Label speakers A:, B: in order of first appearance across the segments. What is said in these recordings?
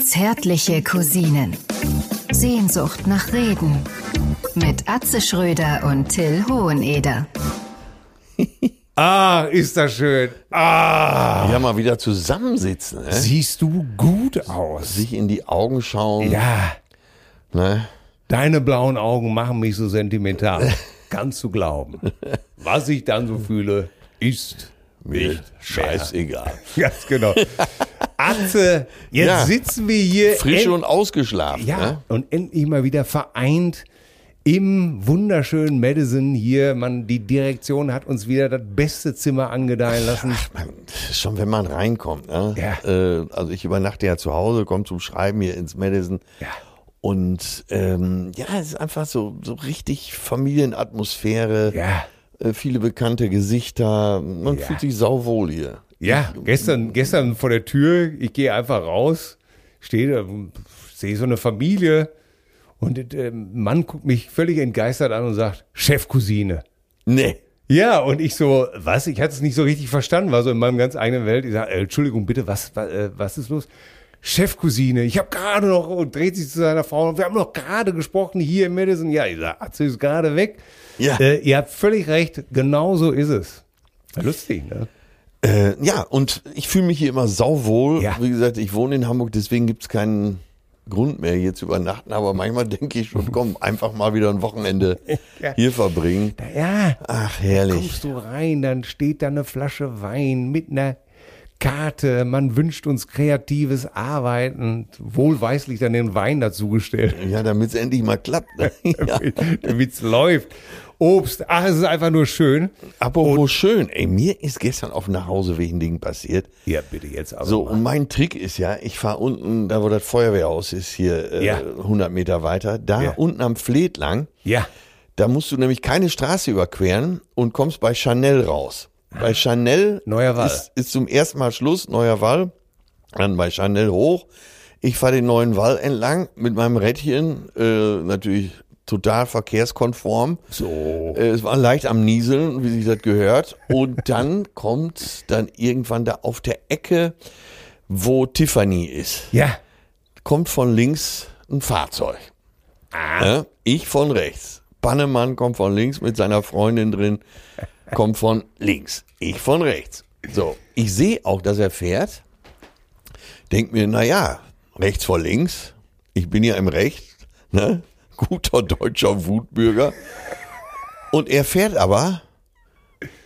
A: Zärtliche Cousinen. Sehnsucht nach Reden. Mit Atze Schröder und Till Hoheneder.
B: Ah, ist das schön. Ah.
C: Ja, mal wieder zusammensitzen, ne? Oh,
B: Siehst du gut aus.
C: sich in die Augen schauen.
B: Ja,
C: Ne?
B: deine blauen Augen machen mich so sentimental. Kannst du glauben. Was ich dann so fühle, ist
C: Mir
B: nicht
C: scheißegal.
B: mehr. Ganz genau. Atze, jetzt
C: Ja.
B: sitzen wir hier.
C: Frisch
B: en-
C: und ausgeschlafen.
B: Äh, Ja,
C: Ne?
B: und endlich mal wieder vereint im wunderschönen Madison hier. Man, die Direktion hat uns wieder das beste Zimmer angedeihen lassen.
C: Schon wenn man reinkommt. Ne?
B: Ja.
C: Äh, also ich übernachte ja zu Hause, komme zum Schreiben hier ins Madison.
B: Ja.
C: Und ähm, ja, es ist einfach so, so richtig Familienatmosphäre.
B: Ja.
C: Äh, viele bekannte Gesichter. Man
B: Ja.
C: fühlt sich sauwohl hier.
B: Ja, gestern, gestern vor der Tür, ich gehe einfach raus, stehe, da, sehe so eine Familie und der Mann guckt mich völlig entgeistert an und sagt, Chefcousine.
C: Nee.
B: Ja, und ich so, was? Ich hatte es nicht so richtig verstanden, war so in meinem ganz eigenen Welt. Ich sage, äh, Entschuldigung, bitte, was, was, äh, was ist los? Chefcousine, ich habe gerade noch, und dreht sich zu seiner Frau, wir haben noch gerade gesprochen hier in Madison. Ja, ich sage, Atze ist gerade weg.
C: Ja.
B: Äh, ihr habt völlig recht, genau so ist es. Lustig, ne?
C: Äh, ja, und ich fühle mich hier immer sauwohl.
B: Ja.
C: Wie gesagt, ich wohne in Hamburg, deswegen gibt's keinen Grund mehr hier zu übernachten. Aber manchmal denke ich schon, komm, einfach mal wieder ein Wochenende
B: Ja.
C: hier verbringen.
B: Ja,
C: Ach, herrlich.
B: kommst du rein, dann steht da eine Flasche Wein mit einer Karte. Man wünscht uns kreatives Arbeiten. Wohlweislich dann den Wein dazugestellt,
C: Ja, damit's endlich mal klappt. Ne? Ja.
B: damit's läuft. Obst, ach, es ist einfach nur schön.
C: Apropos schön, ey, mir ist gestern auf dem Nachhauseweg ein Ding passiert.
B: Ja, bitte jetzt aber.
C: So,
B: mal.
C: und mein Trick ist ja, ich fahre unten, da wo das Feuerwehrhaus ist, hier äh,
B: Ja.
C: 100 Meter weiter, da
B: Ja.
C: unten am Fleet lang,
B: Ja,
C: Da musst du nämlich keine Straße überqueren und kommst bei Chanel raus. Bei Chanel
B: Neuer Wall.
C: Ist, ist zum ersten Mal Schluss, neuer Wall. Dann bei Chanel hoch. Ich fahre den neuen Wall entlang mit meinem Rädchen, äh, natürlich total verkehrskonform.
B: so.
C: Äh, es war leicht am Nieseln, wie sich das gehört. Und dann kommt dann irgendwann da auf der Ecke, wo Tiffany ist
B: Ja,
C: kommt von links ein Fahrzeug. Ja, ich von rechts. Bannemann kommt von links mit seiner Freundin drin, kommt von links. Ich von rechts. So, ich sehe auch, dass er fährt. Denk mir, naja, rechts vor links. Ich bin ja im Recht. Ne? Guter deutscher Wutbürger. Und er fährt aber.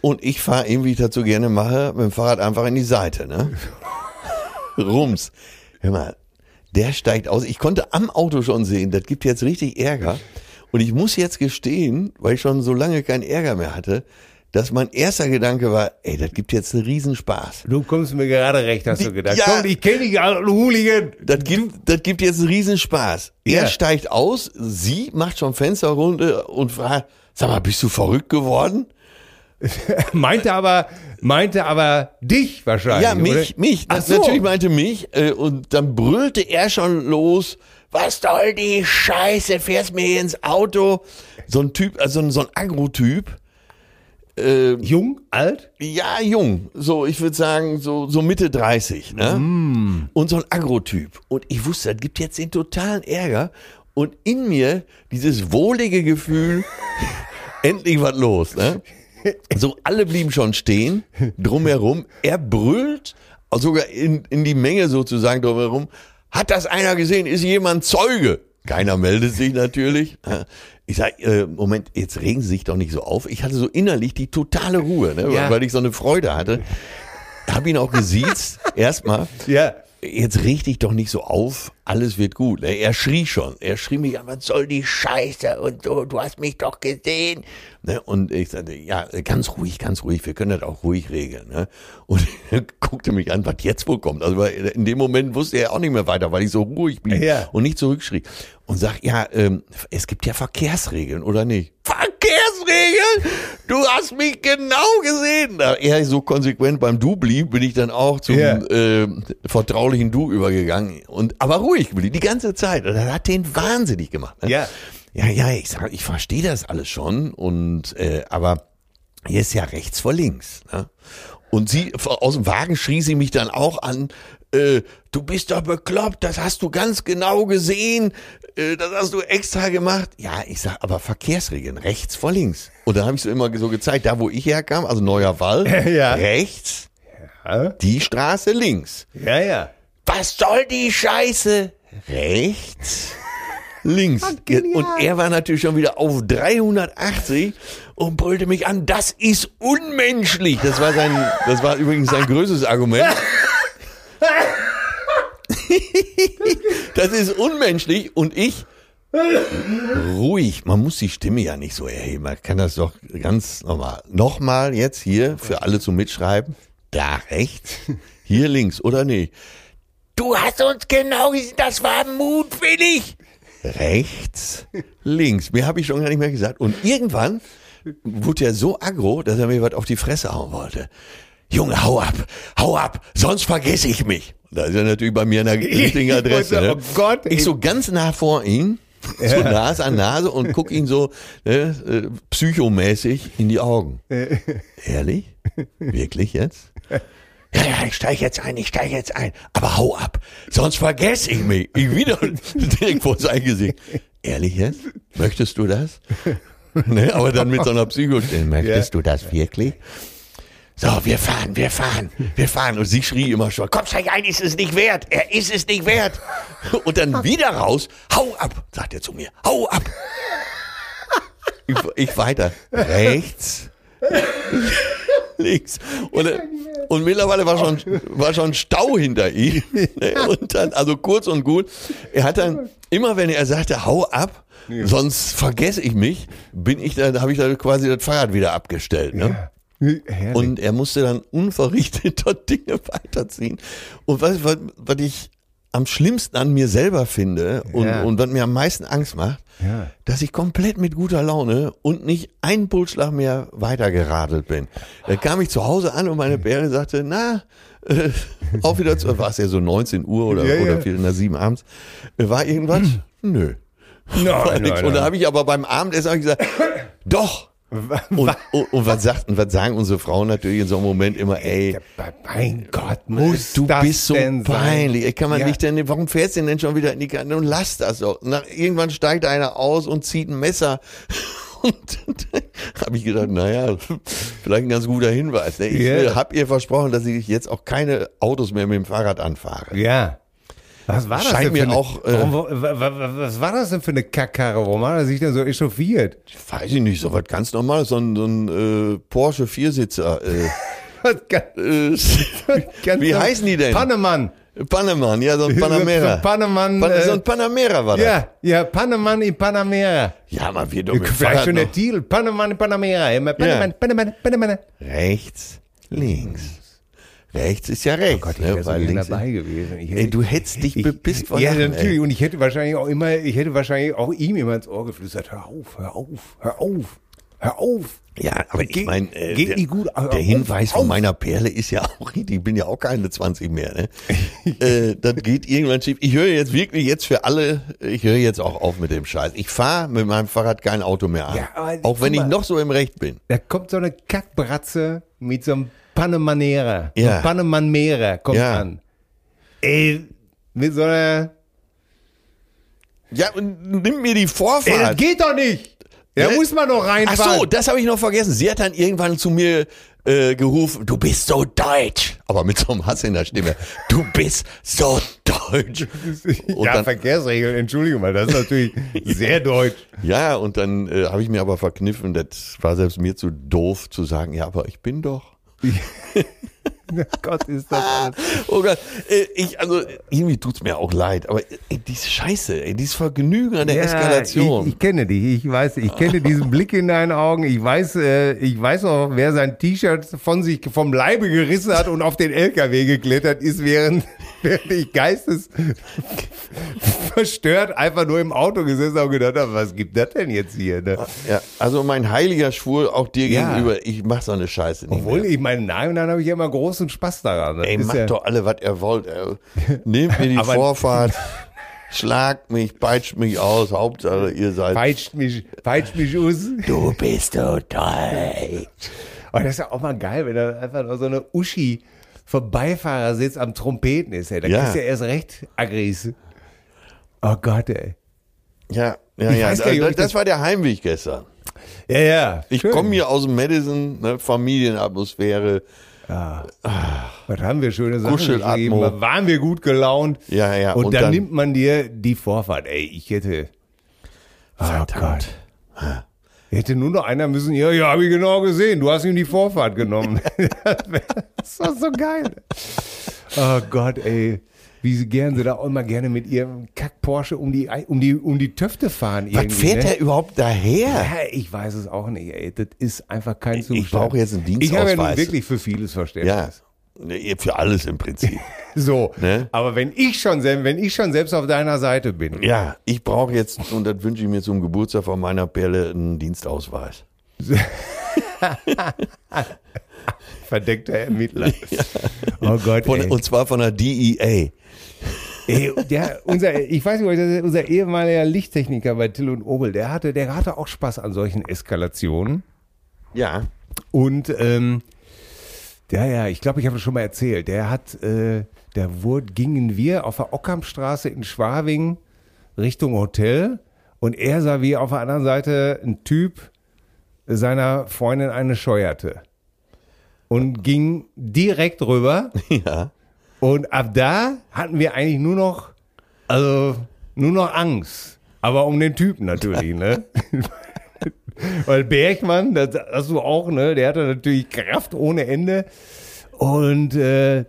C: Und ich fahre eben, wie ich dazu gerne mache, mit dem Fahrrad einfach in die Seite. Ne? Rums. Hör mal, der steigt aus. Ich konnte am Auto schon sehen, das gibt jetzt richtig Ärger. Und ich muss jetzt gestehen, weil ich schon so lange keinen Ärger mehr hatte, dass mein erster Gedanke war, ey, das gibt jetzt einen Riesenspaß.
B: du kommst mir gerade recht, hast du gedacht.
C: Ja.
B: Komm, ich kenne dich, alle Hooligan.
C: Das gibt, das gibt jetzt einen Riesenspaß. Er
B: Ja.
C: steigt aus, sie macht schon Fenster runter und fragt, sag mal, bist du verrückt geworden?
B: Meinte aber, meinte aber dich wahrscheinlich.
C: Ja, mich,
B: oder?
C: mich.
B: Ach
C: Das
B: so.
C: Natürlich meinte mich. Äh, und dann brüllte er schon los. Was soll die Scheiße? Fährst mir hier ins Auto? So ein Typ, also so ein- so ein Agro-Typ. Äh,
B: Jung, alt?
C: ja, jung. So, ich würde sagen, so, so Mitte 30. Ne?
B: Mhm.
C: Und so ein Agro-Typ. Und ich wusste, das gibt jetzt den totalen Ärger. Und in mir dieses wohlige Gefühl, endlich was los. Ne? So, alle blieben schon stehen, drumherum. Er brüllt, sogar in, in die Menge sozusagen drumherum. Hat das einer gesehen? Ist jemand Zeuge? Keiner meldet sich natürlich. ne? Ich sag, äh, Moment, jetzt regen Sie sich doch nicht so auf. Ich hatte so innerlich die totale Ruhe, ne?
B: Ja.
C: weil ich so eine Freude hatte. Hab ihn auch gesiezt, erstmal.
B: Ja.
C: Jetzt reg dich doch nicht so auf, alles wird gut. ne? Er schrie schon. Er schrie mich an, was soll die Scheiße und so, du hast mich doch gesehen. Ne? Und ich sagte, ja, ganz ruhig, ganz ruhig, wir können das auch ruhig regeln. Ne? Und er guckte mich an, was jetzt wohl kommt. Also weil in dem Moment wusste er auch nicht mehr weiter, weil ich so ruhig blieb
B: Ja.
C: und nicht zurückschrie. Und sag, ja, ähm, es gibt ja Verkehrsregeln, oder nicht? Verkehrsregeln? Du hast mich genau gesehen. Da er so konsequent beim Du blieb, bin ich dann auch zum
B: Ja.
C: äh, vertraulichen Du übergegangen. Und aber ruhig geblieben, die ganze Zeit. Und das hat den wahnsinnig gemacht. Ne?
B: Ja.
C: Ja, ja, ich sag, ich verstehe das alles schon. Und äh, aber hier ist ja rechts vor links. Ne? Und sie aus dem Wagen schrie sie mich dann auch an. äh, du bist doch bekloppt, das hast du ganz genau gesehen, äh, das hast du extra gemacht. Ja, ich sag, aber Verkehrsregeln, rechts vor links. Und da habe ich so immer so gezeigt, da wo ich herkam, also neuer Wall,
B: Ja.
C: rechts,
B: Ja,
C: die Straße links.
B: ja. ja.
C: Was soll die Scheiße? Rechts, links.
B: genial.
C: und er war natürlich schon wieder auf 380 und brüllte mich an, das ist unmenschlich. Das war sein, das war übrigens sein größtes Argument. Das ist unmenschlich und ich ruhig. Man muss die Stimme ja nicht so erheben. Man kann das doch ganz normal. Nochmal jetzt hier für alle zum Mitschreiben. Da rechts, hier links oder nicht. Du hast uns genau gesehen, das war mutwillig. Rechts, links. Mir habe ich schon gar nicht mehr gesagt. Und irgendwann wurde er so aggro, dass er mir was auf die Fresse hauen wollte. Junge, hau ab, hau ab, sonst vergesse ich mich. Da ist er natürlich bei mir in der richtigen Adresse.
B: wollte-
C: ne?
B: oh Gott, ey.
C: ich so ganz nah vor ihm, so Nase an Nase und guck ihn so ne, äh, psychomäßig in die Augen. Ehrlich? Wirklich jetzt? Ja, ja, ich steige jetzt ein, ich steige jetzt ein. Aber hau ab, sonst vergesse ich mich. Ich wieder direkt vor sein Gesicht. Ehrlich jetzt? Möchtest du das? Ne, aber dann mit so einer Psychostimme. Möchtest du das wirklich? So, wir fahren, wir fahren, wir fahren. Und sie schrie immer schon, komm, steig ein, ist es nicht wert. Er ist es nicht wert. Und dann wieder raus, hau ab, sagt er zu mir, hau ab. Ich, ich weiter, rechts, links. Und, äh, und mittlerweile war schon, war schon Stau hinter ihm. Ne? Und dann, also kurz und gut, er hat dann, immer wenn er sagte, hau ab, sonst vergesse ich mich, bin ich da, habe ich da quasi das Fahrrad wieder abgestellt. Ne?
B: Herrlich.
C: Und er musste dann unverrichteter Dinge weiterziehen. Und was, was, was ich am schlimmsten an mir selber finde und,
B: Ja.
C: und was mir am meisten Angst macht,
B: Ja.
C: dass ich komplett mit guter Laune und nicht einen Pulsschlag mehr weitergeradelt bin. Da kam ich zu Hause an und meine Bäre sagte, na, äh, auch wieder zu, war es ja so 19 Uhr oder,
B: Ja, ja.
C: oder viel nach sieben abends, Äh, war irgendwas? Nö. War
B: Ah, nein,
C: nix.
B: nein,
C: Und da
B: nein.
C: habe ich aber beim Abendessen hab ich gesagt, doch. Und, und, und was, sagt, was sagen unsere Frauen natürlich in so einem Moment immer, ey,
B: Mein Gott, muss
C: Äh, du
B: das
C: bist so
B: denn
C: peinlich.
B: Sein?
C: Kann man
B: Ja.
C: nicht denn, warum fährst du denn schon wieder in die Kante und lass das doch. Nach, irgendwann steigt einer aus und zieht ein Messer. Und habe ich gedacht, naja, vielleicht ein ganz guter Hinweis. ne? Ich
B: Ja.
C: habe ihr versprochen, dass ich jetzt auch keine Autos mehr mit dem Fahrrad anfahre.
B: Ja. Was war das
C: Scheint
B: denn für
C: mir
B: eine,
C: auch, äh,
B: warum, wa- wa- wa- was war das denn für eine Kackkarre? Warum hat er sich denn so echauffiert?
C: Weiß ich nicht, so was ganz normales, so ein, so ein äh, Porsche Viersitzer. Äh,
B: Was kann-
C: äh,
B: kann-
C: wie heißen die denn?
B: Pannemann.
C: Pannemann, ja, so ein
B: So- so
C: Panamera.
B: Pannemann,
C: Pan
B: äh,
C: so ein Panamera war das.
B: Ja, ja, Pannemann in Panamera.
C: ja man, wir doch mit dem
B: Vielleicht
C: Fahrrad
B: schon der
C: noch.
B: Deal. Pannemann in Panamera. Immer Pannemann, Pannemann, Pannemann.
C: Rechts, links. Rechts ist ja rechts.
B: Oh Gott, ich
C: ne,
B: wäre so
C: weil
B: gern
C: links-
B: dabei gewesen. Ich
C: Ey, du hättest dich bepisst vor
B: Ja,
C: Lachen,
B: natürlich.
C: ey.
B: Und ich hätte wahrscheinlich auch immer, ich hätte wahrscheinlich auch ihm immer ins Ohr geflüstert, hör auf, hör auf, hör auf, hör auf.
C: Ja, aber ich
B: Geht-
C: meine, äh,
B: geht
C: der,
B: nicht gut, aber
C: der
B: auf,
C: Hinweis
B: auf.
C: von meiner Perle ist ja auch, ich bin ja auch keine 20 mehr. Ne? äh, das geht irgendwann schief. Ich höre jetzt wirklich jetzt für alle, ich höre jetzt auch auf mit dem Scheiß. Ich fahre mit meinem Fahrrad kein Auto mehr an.
B: Ja, aber
C: auch wenn ich
B: guck mal.
C: noch so im Recht bin.
B: Da kommt so eine Kackbratze mit so einem Panemanera.
C: Ja.
B: So ein Panemanera kommt
C: Ja.
B: an. Ey, mit so einer.
C: Ja, und nimm mir die
B: Ey, das
C: Vorfahrt.
B: geht doch nicht! Da
C: Äh,
B: muss man doch
C: Ach
B: reinfahren.
C: so, das habe ich noch vergessen. Sie hat dann irgendwann zu mir äh, gerufen, du bist so deutsch. Aber mit so einem Hass in der Stimme. Du bist so deutsch. Und
B: ja,
C: dann-
B: Verkehrsregeln, Entschuldigung, weil das ist natürlich sehr deutsch.
C: Ja, und dann äh, habe ich mir aber verkniffen, das war selbst mir zu doof zu sagen, ja, aber ich bin doch.
B: Na Gott, ist das alles.
C: Oh Gott, äh, ich, also irgendwie tut's mir auch leid, aber äh, diese Scheiße, ey, dieses Vergnügen an der Eskalation.
B: Äh, Ich, ich kenne dich, ich weiß, ich kenne diesen Blick in deinen Augen. Ich weiß, äh, ich weiß auch, wer sein T-Shirt von sich vom Leibe gerissen hat und auf den LKW geklettert ist, während, während ich geistes verstört einfach nur im Auto gesessen habe und gedacht habe, was gibt das denn jetzt hier? Ne?
C: ja, also mein heiliger Schwur auch dir
B: Ja.
C: gegenüber, ich mach so eine Scheiße nicht mehr.
B: Obwohl ich meinen Namen dann habe ich ja immer großen Spaß daran. Das
C: Ey,
B: ist
C: macht
B: ja,
C: doch alle, was ihr wollt. Ey. Nehmt mir die
B: Aber-
C: Vorfahrt, schlagt mich, peitscht mich aus. Hauptsache, ihr seid.
B: peitscht mich, peitscht mich aus.
C: du bist so toll.
B: Aber das ist ja auch mal geil, wenn da einfach nur so eine Uschi, vom Beifahrersitz am Trompeten ist, ey. Da
C: Ja.
B: kriegst du ja erst recht Aggres. Oh Gott, ey.
C: Ja, ja,
B: Ich
C: ja.
B: weiß gar nicht, ob
C: das,
B: ich
C: das
B: das-
C: war der Heimweg gestern.
B: Ja, ja.
C: Ich
B: schön.
C: komme hier aus dem Madison, ne, Familienatmosphäre.
B: Was haben wir schöne Sachen
C: Kuschelatmo.
B: geschrieben? Waren wir gut gelaunt?
C: Ja, ja,
B: Und,
C: und
B: dann,
C: dann-
B: nimmt man dir die Vorfahrt. Ey, ich hätte. Oh Gott. Hätte nur noch einer müssen, ja, ja, habe ich genau gesehen. Du hast ihm die Vorfahrt genommen. das war so geil. Oh Gott, ey. Wie sie gern sie da auch immer gerne mit ihrem Kack Porsche um die, um die, um die Töfte fahren.
C: Was fährt
B: ne?
C: der überhaupt daher?
B: Ja, ich weiß es auch nicht, ey. Das ist einfach kein
C: Ich- ich
B: Zustand.
C: brauche jetzt einen
B: Ich habe ja nun
C: Dienstausweis.
B: wirklich für vieles Verständnis.
C: Ja, ne, für alles im Prinzip.
B: So,
C: Ne?
B: aber wenn ich schon, sel- wenn ich schon selbst auf deiner Seite bin,
C: ja, ich brauche jetzt, und das wünsche ich mir zum Geburtstag von meiner Perle, einen Dienstausweis.
B: verdeckter Ermittler. Oh Gott,
C: Von,
B: ey.
C: und zwar von der E DEA.
B: ey, der, unser, ich weiß nicht, ob ich das, ist, unser ehemaliger Lichttechniker bei Till und Obel, der hatte, der hatte auch Spaß an solchen Eskalationen.
C: Ja.
B: Und ähm, ja, ja, ich glaube, ich habe das schon mal erzählt. Der hat, äh, der wurde, gingen wir auf der Ockhamstraße in Schwabing Richtung Hotel und er sah, wie auf der anderen Seite ein Typ seiner Freundin eine scheuerte und ging direkt rüber.
C: Ja.
B: Und ab da hatten wir eigentlich nur noch, also nur noch Angst. Aber um den Typen natürlich, ne? Weil Bergmann, das hast du auch, ne? Der hatte natürlich Kraft ohne Ende. Und äh,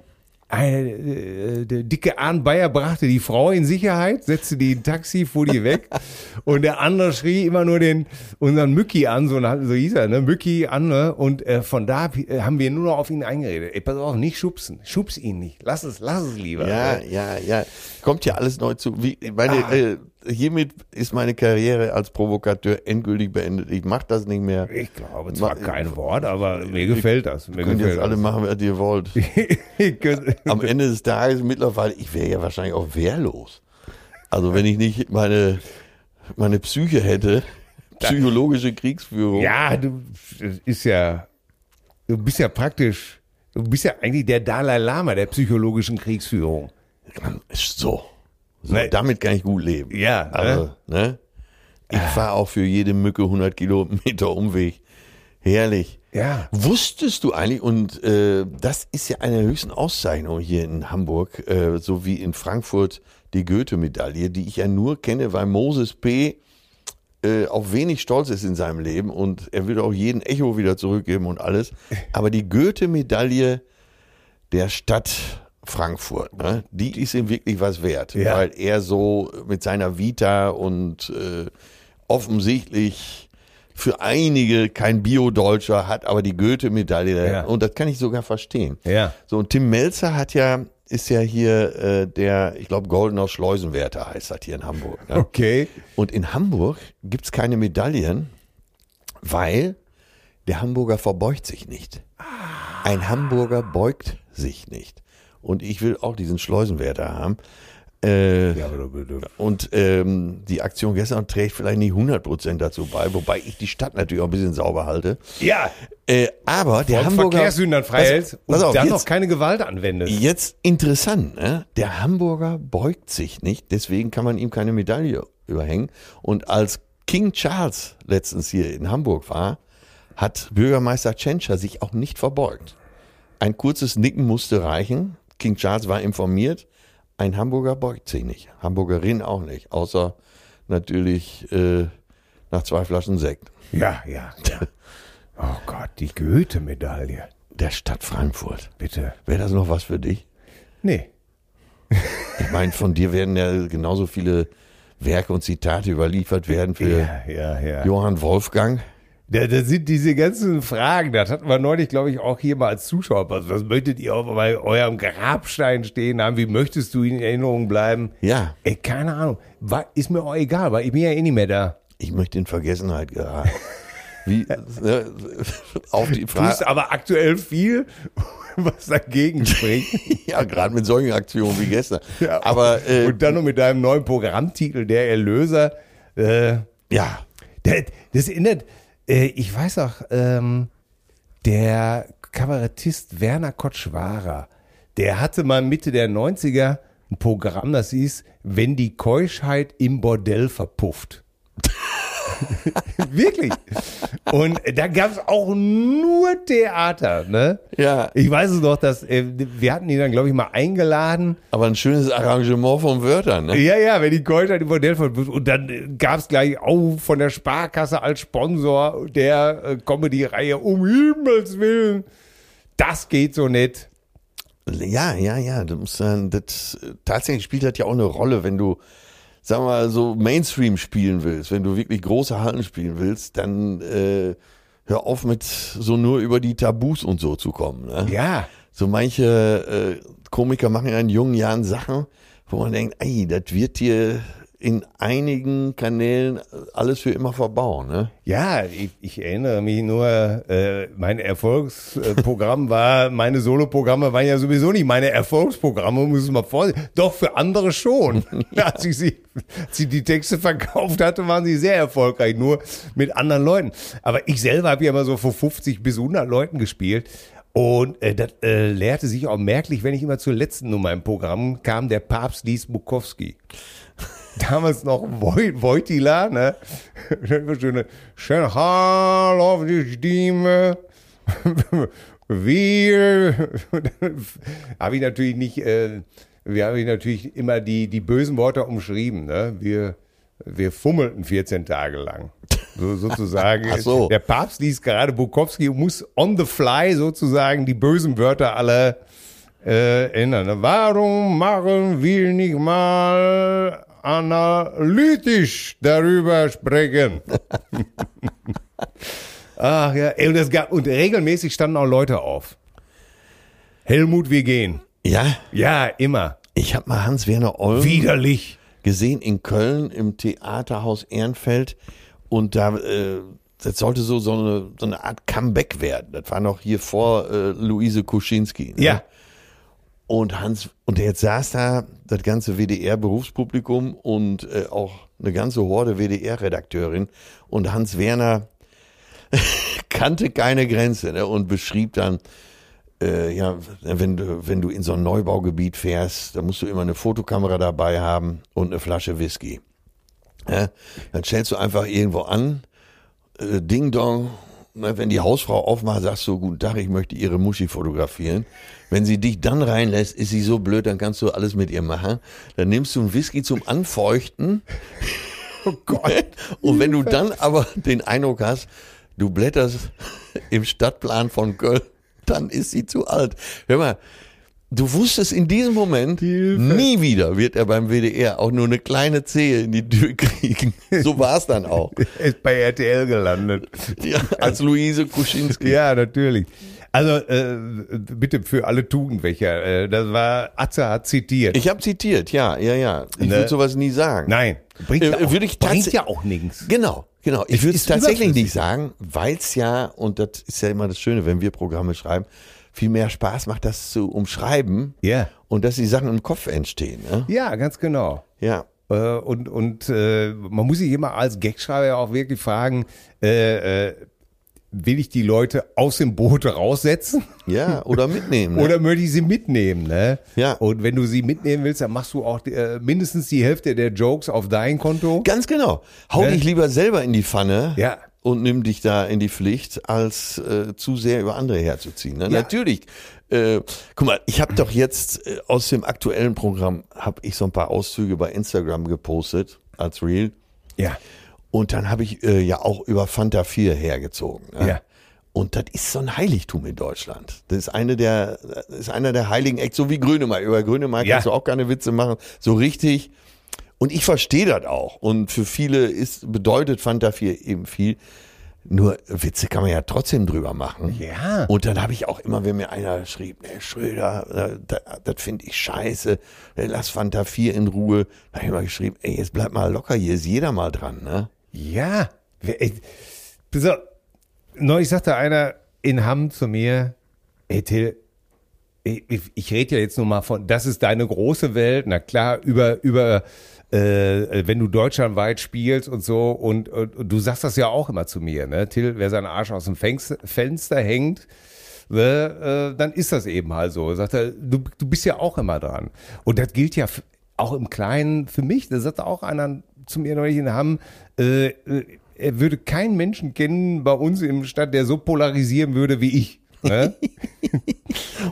B: eine, äh, der dicke Arndt Bayer brachte die Frau in Sicherheit, setzte die in ein Taxi, fuhr die weg. und der andere schrie immer nur den unseren Mücki an, so, so hieß er, ne? Mücki an, ne? Und äh, von da hab- äh, haben wir nur noch auf ihn eingeredet. Ey, pass auf, nicht schubsen. Schubs ihn nicht. Lass es, lass es lieber.
C: Ja, ja, ja. Kommt ja alles neu zu. Wie, meine,
B: Ah.
C: äh, hiermit ist meine Karriere als Provokateur endgültig beendet. Ich mache das nicht mehr. Ihr
B: Ich glaube zwar
C: äh,
B: kein Wort, aber mir gefällt das. Mir
C: könnt
B: gefällt
C: jetzt alle machen, was ihr wollt.
B: das.
C: Am Ende des Tages mittlerweile, ich wäre ja wahrscheinlich auch wehrlos. Also wenn ich nicht meine, meine Psyche hätte, psychologische Kriegsführung.
B: Ja, du das ist ja, du bist ja praktisch, du bist ja eigentlich der Dalai Lama der psychologischen Kriegsführung.
C: So. so
B: Nee.
C: Damit kann ich gut leben.
B: Ja, Ah.
C: Also, ne? Ich fahre auch für jede Mücke 100 Kilometer Umweg. Herrlich.
B: Ja.
C: Wusstest du eigentlich, und äh, das ist ja eine der höchsten Auszeichnungen hier in Hamburg, äh, so wie in Frankfurt die Goethe-Medaille, die ich ja nur kenne, weil Moses P. Äh, auf wenig stolz ist in seinem Leben und er will auch jeden Echo wieder zurückgeben und alles. Aber die Goethe-Medaille der Stadt Frankfurt, ne, die ist ihm wirklich was wert,
B: Ja.
C: weil er so mit seiner Vita und äh, offensichtlich für einige kein Bio-Deutscher hat, aber die Goethe-Medaille
B: Ja.
C: und das kann ich sogar verstehen.
B: Ja.
C: So und Tim Melzer hat ja ist ja hier äh, der, ich glaube, Goldener Schleusenwärter heißt das hier in Hamburg. Ne?
B: Okay.
C: Und in Hamburg gibt's keine Medaillen, weil der Hamburger verbeugt sich nicht. Ein Hamburger beugt sich nicht. Und ich will auch diesen Schleusenwärter haben. Äh, und ähm, die Aktion gestern trägt vielleicht nicht 100% dazu bei, wobei ich die Stadt natürlich auch ein bisschen sauber halte.
B: Ja,
C: Äh, aber der
B: und
C: Hamburger...
B: Verkehrssündern frei
C: Pass-
B: hältst
C: pass
B: und
C: auf,
B: dann
C: jetzt-
B: noch keine Gewalt anwendest.
C: Jetzt interessant, ne? Der Hamburger beugt sich nicht, deswegen kann man ihm keine Medaille überhängen. Und als King Charles letztens hier in Hamburg war, hat Bürgermeister Tschentscher sich auch nicht verbeugt. Ein kurzes Nicken musste reichen. King Charles war informiert. Ein Hamburger beugt sich nicht. Hamburgerin auch nicht. Außer natürlich äh, nach zwei Flaschen Sekt.
B: Ja, ja, ja. Oh Gott, die Goethe-Medaille.
C: Der Stadt Frankfurt.
B: Bitte.
C: Wäre das noch was für dich?
B: Nee.
C: Ich meine, von dir werden ja genauso viele Werke und Zitate überliefert werden für
B: ja, ja.
C: Johann Wolfgang.
B: Da, da sind diese ganzen Fragen, das hatten wir neulich, glaube ich, auch hier mal als Zuschauer. Was, was möchtet ihr auf bei eurem Grabstein stehen haben? Wie möchtest du in Erinnerung bleiben?
C: Ja,
B: Ey, keine Ahnung. War, ist mir auch egal, weil ich bin ja eh nicht mehr da.
C: ich möchte in Vergessenheit geraten. Wie, ne, auf die
B: Tust
C: Frage.
B: aber aktuell viel, was dagegen spricht.
C: Ja, gerade mit solchen Aktionen wie gestern. Aber äh,
B: Und dann noch mit deinem neuen Programmtitel, Der Erlöser. Äh,
C: ja,
B: das, das erinnert, äh, ich weiß auch, ähm, der Kabarettist Werner Kotschwarer, Der hatte mal Mitte der 90er ein Programm, das hieß, wenn die Keuschheit im Bordell verpufft. Wirklich. Und da gab es auch nur Theater, ne?
C: Ja.
B: Ich weiß es noch, dass äh, wir hatten ihn dann, glaube ich, mal eingeladen.
C: Aber ein schönes Arrangement von Wörtern, ne?
B: Ja, ja, wenn die Keuschheit im Bordell verpufft. Und dann gab es gleich auch von der Sparkasse als Sponsor der äh, Comedy-Reihe, um Himmels Willen. Das geht so nicht.
C: Ja, ja, ja. Du musst dann, das, tatsächlich spielt das ja auch eine Rolle, wenn du, sagen wir mal, so Mainstream spielen willst, wenn du wirklich große Hallen spielen willst, dann äh, hör auf mit so nur über die Tabus und so zu kommen. Ne?
B: Ja.
C: So manche äh, Komiker machen ja in jungen Jahren Sachen, wo man denkt, ey, das wird dir in einigen Kanälen alles für immer verbauen. Ne?
B: Ja, ich, ich erinnere mich nur, äh, mein Erfolgsprogramm war, meine Soloprogramme waren ja sowieso nicht meine Erfolgsprogramme, muss ich mal vorstellen. Doch für andere schon. Als, ich sie, als ich die Texte verkauft hatte, waren sie sehr erfolgreich, nur mit anderen Leuten. Aber ich selber habe ja immer so vor 50 bis 100 Leuten gespielt. Und äh, das äh, lehrte sich auch merklich, wenn ich immer zur letzten Nummer im Programm kam, der Papst ließ Bukowski damals noch Woj- Wojtila, ne? Schöne, schön, hallo auf die Stimme. Wie? habe ich natürlich nicht, äh, wir haben natürlich immer die, die bösen Worte umschrieben, ne? Wir, wir fummelten 14 Tage lang. So, sozusagen.
C: Ach so.
B: Der Papst ließ gerade Bukowski und muss on the fly sozusagen die bösen Wörter alle äh, ändern. Warum machen wir nicht mal analytisch darüber sprechen? Ach ja, ey, und, das gab, und regelmäßig standen auch Leute auf. Helmut, wir gehen.
C: Ja,
B: Ja, immer.
C: ich habe mal Hans-Werner Olm
B: Widerlich.
C: gesehen in Köln im Theaterhaus Ehrenfeld und da äh, das sollte so so eine, so eine Art Comeback werden. Das war noch hier vor äh, Luise Kuschinski. Ne?
B: Ja.
C: Und Hans und jetzt saß da das ganze WDR Berufspublikum und äh, auch eine ganze Horde WDR Redakteurin und Hans Werner kannte keine Grenze ne? und beschrieb dann äh, ja, wenn du, wenn du in so ein Neubaugebiet fährst, dann musst du immer eine Fotokamera dabei haben und eine Flasche Whisky. Ja, dann stellst du einfach irgendwo an, äh, Ding Dong. Ne, wenn die Hausfrau aufmacht, sagst du, guten Tag, ich möchte ihre Muschi fotografieren. Wenn sie dich dann reinlässt, ist sie so blöd, dann kannst du alles mit ihr machen. Dann nimmst du einen Whisky zum Anfeuchten. Oh Gott. Und wenn du dann aber den Eindruck hast, du blätterst im Stadtplan von Köln, dann ist sie zu alt. Hör mal, du wusstest in diesem Moment, nie wieder wird er beim WDR auch nur eine kleine Zehe in die Tür kriegen. So war es dann auch.
B: Er ist bei RTL gelandet.
C: Ja, als Luise Kuschinski.
B: Ja, natürlich. Also äh, bitte für alle Tugendwächer. Äh, das war Atze hat zitiert.
C: Ich habe zitiert, ja, ja, ja. Ich
B: Ne.
C: würde sowas nie sagen.
B: Nein, bringt,
C: Äh,
B: ja, auch,
C: würde ich
B: bringt
C: tats-
B: ja auch nichts.
C: Genau, genau. Ich würde es
B: ist
C: tatsächlich
B: überflüssig.
C: nicht sagen, weil es ja, und das ist ja immer das Schöne, wenn wir Programme schreiben, viel mehr Spaß macht, das zu umschreiben
B: Ja.
C: und dass die Sachen im Kopf entstehen. Ne?
B: Ja, ganz genau.
C: Ja.
B: Äh, und und äh, man muss sich immer als Gagschreiber ja auch wirklich fragen, äh, äh, will ich die Leute aus dem Boot raussetzen
C: Ja, oder mitnehmen. Ne?
B: oder möchte ich sie mitnehmen? Ne?
C: Ja.
B: Und wenn du sie mitnehmen willst, dann machst du auch äh, mindestens die Hälfte der Jokes auf dein Konto.
C: Ganz genau. Hau
B: Ne?
C: dich lieber selber in die Pfanne
B: Ja.
C: und nimm dich da in die Pflicht, als äh, zu sehr über andere herzuziehen. Ne?
B: Ja.
C: Natürlich. Äh, guck mal, ich habe doch jetzt äh, aus dem aktuellen Programm habe ich so ein paar Auszüge bei Instagram gepostet als Reel.
B: Ja.
C: Und dann habe ich äh, ja auch über Fanta 4 hergezogen. Ne?
B: Ja.
C: Und das ist so ein Heiligtum in Deutschland. Das ist eine der, das ist einer der heiligen Acts, so wie Grönemeyer. Über Grönemeyer
B: Ja.
C: kannst du auch keine Witze machen, so richtig. Und ich verstehe das auch. Und für viele ist, bedeutet Fanta 4 eben viel. Nur Witze kann man ja trotzdem drüber machen.
B: Ja.
C: Und dann habe ich auch immer, wenn mir einer schrieb, nee, Schröder, das, das finde ich scheiße, äh, lass Fanta 4 in Ruhe. Da habe ich immer geschrieben, ey, jetzt bleib mal locker, hier ist jeder mal dran, ne?
B: Ja. Wer- ey, pass auf. Neulich sagte einer in Hamm zu mir, ey Till, ich, ich- ich rede ja jetzt nur mal von, das ist deine große Welt, na klar, über, über äh, wenn du deutschlandweit spielst und so und, und, und du sagst das ja auch immer zu mir, ne? Till, wer seinen Arsch aus dem Fengs- Fenster hängt, ne, äh, dann ist das eben halt so. Sagt er, du, du bist ja auch immer dran. Und das gilt ja f- auch im Kleinen für mich. Da sagte auch einer zu mir neulich in Hamm, äh, äh, er würde keinen Menschen kennen bei uns im Stadt, der so polarisieren würde wie ich. Ne?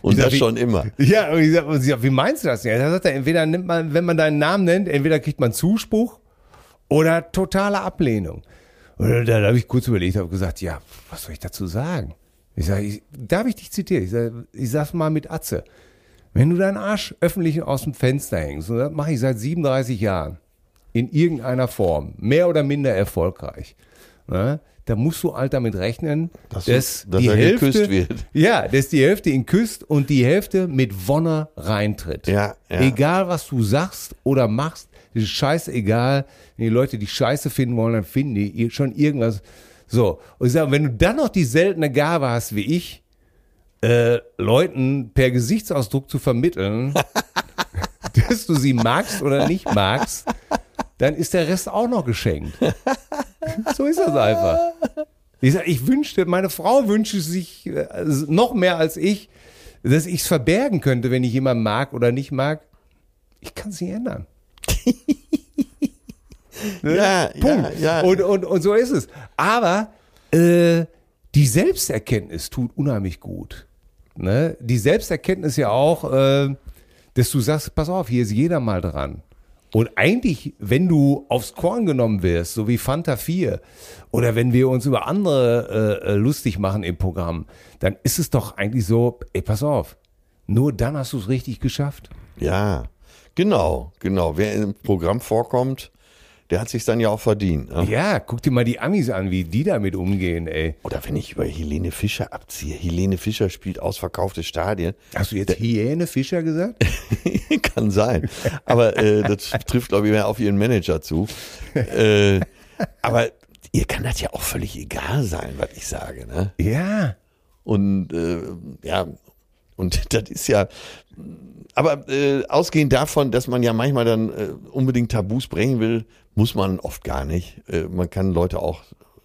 C: Und
B: sag,
C: das
B: wie-
C: schon immer.
B: Ja, und ich sag, und sie sagt, wie meinst du das denn? Da sagt er, entweder nimmt man, wenn man deinen Namen nennt, entweder kriegt man Zuspruch oder totale Ablehnung. Und da, da habe ich kurz überlegt, habe gesagt, ja, was soll ich dazu sagen? Ich sage, ich, darf ich dich zitieren? Ich sage, ich sag's mal mit Atze. Wenn du deinen Arsch öffentlich aus dem Fenster hängst, und das mache ich seit 37 Jahren, in irgendeiner Form, mehr oder minder erfolgreich, ne, da musst du halt damit rechnen, dass,
C: du- dass
B: die
C: er
B: Hälfte,
C: geküsst wird.
B: Ja, dass die Hälfte ihn küsst und die Hälfte mit Wonne reintritt.
C: Ja, ja.
B: Egal, was du sagst oder machst, ist scheißegal. Wenn die Leute dich scheiße finden wollen, dann finden die ir- schon irgendwas. So. Und ich sage, wenn du dann noch die seltene Gabe hast, wie ich, äh, Leuten per Gesichtsausdruck zu vermitteln, dass du sie magst oder nicht magst, dann ist der Rest auch noch geschenkt. So ist das einfach. Ich, sag, ich wünschte, meine Frau wünscht es sich äh, noch mehr als ich, dass ich es verbergen könnte, wenn ich jemanden mag oder nicht mag. Ich kann es nicht ändern.
C: Ja,
B: Punkt.
C: ja, ja.
B: Und, und, und so ist es. Aber äh, die Selbsterkenntnis tut unheimlich gut. Ne? Die Selbsterkenntnis ja auch, äh, dass du sagst, pass auf, hier ist jeder mal dran. Und eigentlich, wenn du aufs Korn genommen wirst, so wie Fanta 4, oder wenn wir uns über andere äh, äh, lustig machen im Programm, dann ist es doch eigentlich so, ey, pass auf, nur dann hast du es richtig geschafft.
C: ja, genau, genau. Wer im Programm vorkommt, der hat sich dann ja auch verdient. Ne?
B: Ja, guck dir mal die Amis an, wie die damit umgehen, ey.
C: Oder wenn ich über Helene Fischer abziehe. Helene Fischer spielt ausverkaufte Stadien.
B: Hast du jetzt Hyäne Fischer gesagt?
C: Kann sein. Aber äh, das trifft, glaube ich, mehr auf ihren Manager zu. Äh, aber ihr kann das ja auch völlig egal sein, was ich sage. Ne?
B: ja.
C: Und äh, ja, und das ist ja. Aber äh, ausgehend davon, dass man ja manchmal dann äh, unbedingt Tabus brechen will, muss man oft gar nicht. Äh, man kann Leute auch,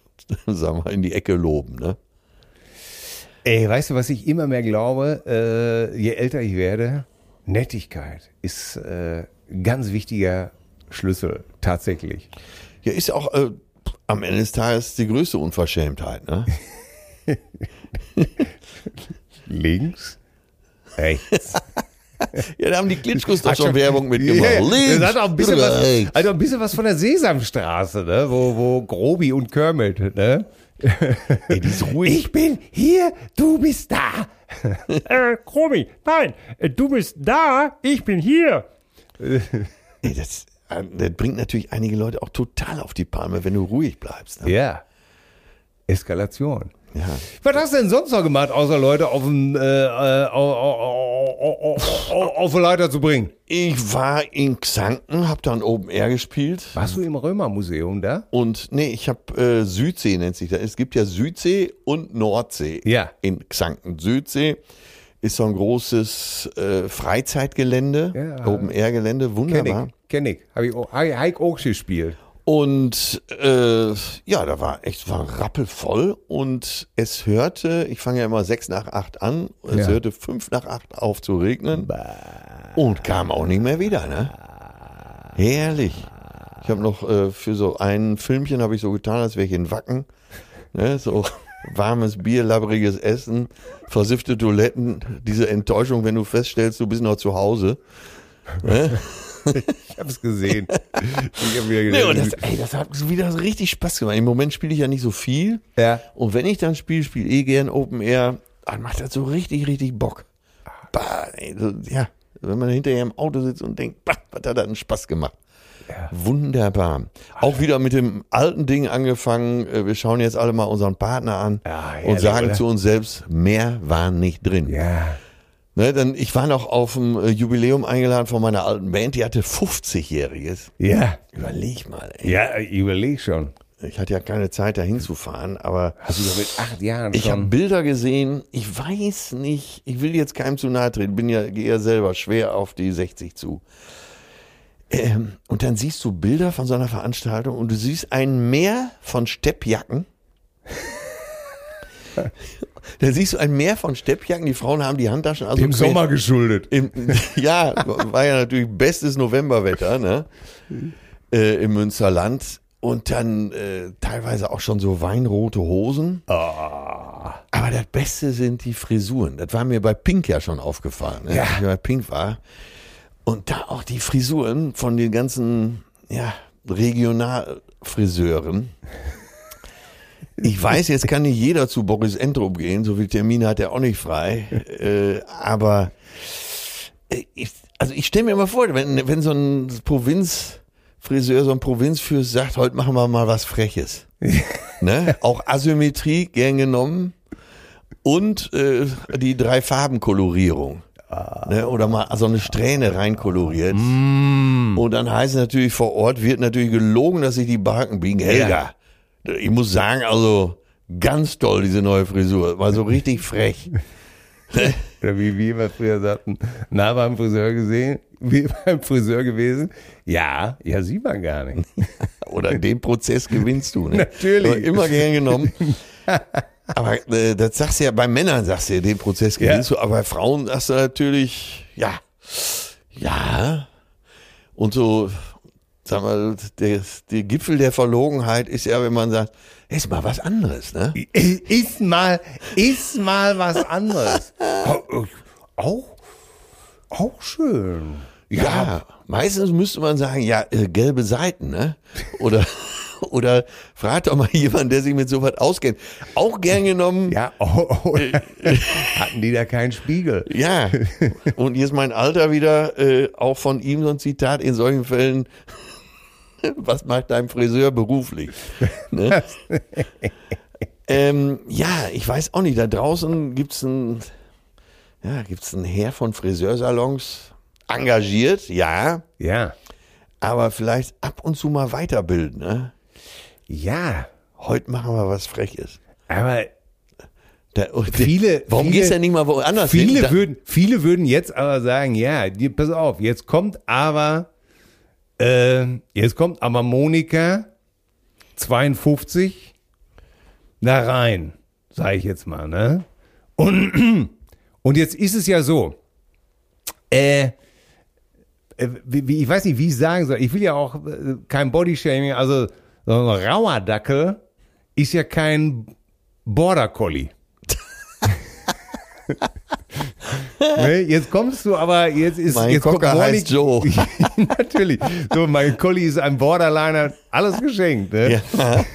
C: sagen wir mal, in die Ecke loben. Ne?
B: Ey, weißt du, was ich immer mehr glaube, äh, je älter ich werde? Nettigkeit ist äh, ein ganz wichtiger Schlüssel, tatsächlich.
C: Ja, ist auch äh, am Ende des Tages die größte Unverschämtheit. Ne?
B: Links, rechts.
C: Ja, da haben die Klitschkos doch
B: Hat
C: schon Werbung mitgemacht.
B: Ja,
C: Links,
B: das hat auch ein bisschen, was,
C: rechts.
B: also ein bisschen was von der Sesamstraße, ne? wo, wo Grobi und Kermit. Ne?
C: Ey, die ist ruhig.
B: Ich bin hier, du bist da.
D: Äh, Kromi, nein, äh, du bist da, ich bin hier.
C: Ey, das, äh, das bringt natürlich einige Leute auch total auf die Palme, wenn du ruhig bleibst. Ne?
B: Ja. Eskalation.
C: Ja.
B: Was hast du denn sonst noch gemacht, außer Leute auf den, äh, äh, au- au- au- au- au- au- auf die Leiter zu bringen?
C: Ich war in Xanten, hab dann Open Air gespielt.
B: Warst du im Römermuseum da?
C: Und nee, ich habe äh, Südsee nennt sich das. Es gibt ja Südsee und Nordsee
B: Ja.
C: in Xanten. Südsee ist so ein großes äh, Freizeitgelände,
B: Ja.
C: Open Air Gelände,
B: Kenn
C: wunderbar.
B: ich, kenn ich. Hab ich auch- Heik Heik auch gespielt.
C: Und äh, ja, da war echt war rappelvoll und es hörte, ich fange ja immer sechs nach acht an, es
B: Ja.
C: hörte fünf nach acht auf zu regnen und kam auch nicht mehr wieder, ne? Herrlich. Ich habe noch äh, für so ein Filmchen habe ich so getan, als wäre ich in Wacken, ne? So warmes Bier, labbriges Essen, versiffte Toiletten, diese Enttäuschung, wenn du feststellst, du bist noch zu Hause.
B: Ich hab's gesehen. ich hab wieder
C: Nee,
B: gesehen.
C: und das, ey, das hat wieder so richtig Spaß gemacht. Im Moment spiele ich ja nicht so viel.
B: Ja.
C: Und wenn ich dann spiele, spiele eh gern Open Air. Dann macht das so richtig, richtig Bock. Bah, ey, so, ja, wenn man hinterher im Auto sitzt und denkt, bah, was hat das einen Spaß gemacht. Wunderbar. Auch wieder mit dem alten Ding angefangen. Äh, Wir schauen jetzt alle mal unseren Partner an
B: Ja, herrlich,
C: und sagen
B: oder?
C: zu uns selbst, mehr war nicht drin.
B: ja.
C: Ne, denn ich war noch auf dem äh, Jubiläum eingeladen von meiner alten Band, die hatte 50-Jähriges.
B: Ja.
C: Überleg mal, ey.
B: Ja, ich überleg schon.
C: Ich hatte ja keine Zeit, da hinzufahren, aber
B: Hast du doch mit acht Jahren
C: ich habe
B: schon.
C: Bilder gesehen. Ich weiß nicht, ich will jetzt keinem zu nahe treten, bin ja, gehe ja selber schwer auf die 60 zu. Ähm, und dann siehst du Bilder von so einer Veranstaltung und du siehst ein Meer von Steppjacken. Da siehst du ein Meer von Steppjacken. Die Frauen haben die Handtaschen also
B: Im
C: quer-
B: Sommer geschuldet.
C: Im, ja, war ja natürlich bestes Novemberwetter ne? äh, im Münsterland. Und dann äh, teilweise auch schon so weinrote Hosen. Aber das Beste sind die Frisuren. Das war mir bei Pink ja schon aufgefallen, ne?
B: Ja.
C: als ich bei Pink war. Und da auch die Frisuren von den ganzen ja, Regionalfriseuren. Ich weiß, jetzt kann nicht jeder zu Boris Entrup gehen, so viele Termine hat er auch nicht frei. Äh, aber äh, ich, also ich stelle mir immer vor, wenn, wenn so ein Provinzfriseur, so ein Provinzfürst sagt, heute machen wir mal was Freches. ne? Auch Asymmetrie gern genommen und äh, die drei Farbenkolorierung. Ne? Oder mal so eine Strähne reinkoloriert. Und dann heißt es natürlich vor Ort, wird natürlich gelogen, dass sich die Barken biegen. Helga, ich muss sagen, also ganz toll diese neue Frisur. War so richtig frech.
B: Oder wie wir immer früher sagten, na, beim Friseur gesehen, wie beim Friseur gewesen. Ja, ja, sieht man gar nicht.
C: Oder den Prozess gewinnst du. Ne?
B: Natürlich.
C: Aber Immer gern genommen. Aber äh, das sagst du ja bei Männern, sagst du ja, den Prozess gewinnst du, aber bei Frauen sagst du natürlich, ja, ja. Und so, sag mal, der, der Gipfel der Verlogenheit ist ja, wenn man sagt, ist mal was anderes, ne?
B: Ist mal, ist mal was anderes. Auch, auch schön.
C: Ja, meistens müsste man sagen, ja, äh, gelbe Seiten, ne? Oder, oder fragt doch mal jemand, der sich mit sowas auskennt. Auch gern genommen.
B: Ja, oh, oh.
C: Äh,
B: hatten die da keinen Spiegel?
C: Ja, und hier ist mein Alter wieder, äh, auch von ihm so ein Zitat, in solchen Fällen, was macht dein Friseur beruflich? Ne? ähm, ja, ich weiß auch nicht, da draußen gibt's ein, ja, gibt's ein Heer von Friseursalons, engagiert, ja,
B: Ja,
C: aber vielleicht ab und zu mal weiterbilden. Ne?
B: ja,
C: Heute machen wir was Freches.
B: aber
C: Da, und
B: Viele-
C: warum
B: viele-
C: gehst du denn nicht mal woanders hin?
B: viele
C: Da-
B: würden, viele würden jetzt aber sagen, ja, die, pass auf, jetzt kommt aber, äh, jetzt kommt aber Monika 52 da rein, sage ich jetzt mal, ne? Und, und jetzt ist es ja so, äh, äh, wie, wie- ich weiß nicht, wie ich sagen soll. Ich will ja auch äh, kein Bodyshaming, also so ein rauer Dackel ist ja kein Border Collie. ne, jetzt kommst du aber, jetzt ist
C: Mein
B: jetzt kommt
C: Cocker
B: Molly-
C: heißt Joe.
B: Natürlich. So, mein Collie ist ein Borderliner, alles geschenkt. Ne?
C: Ja.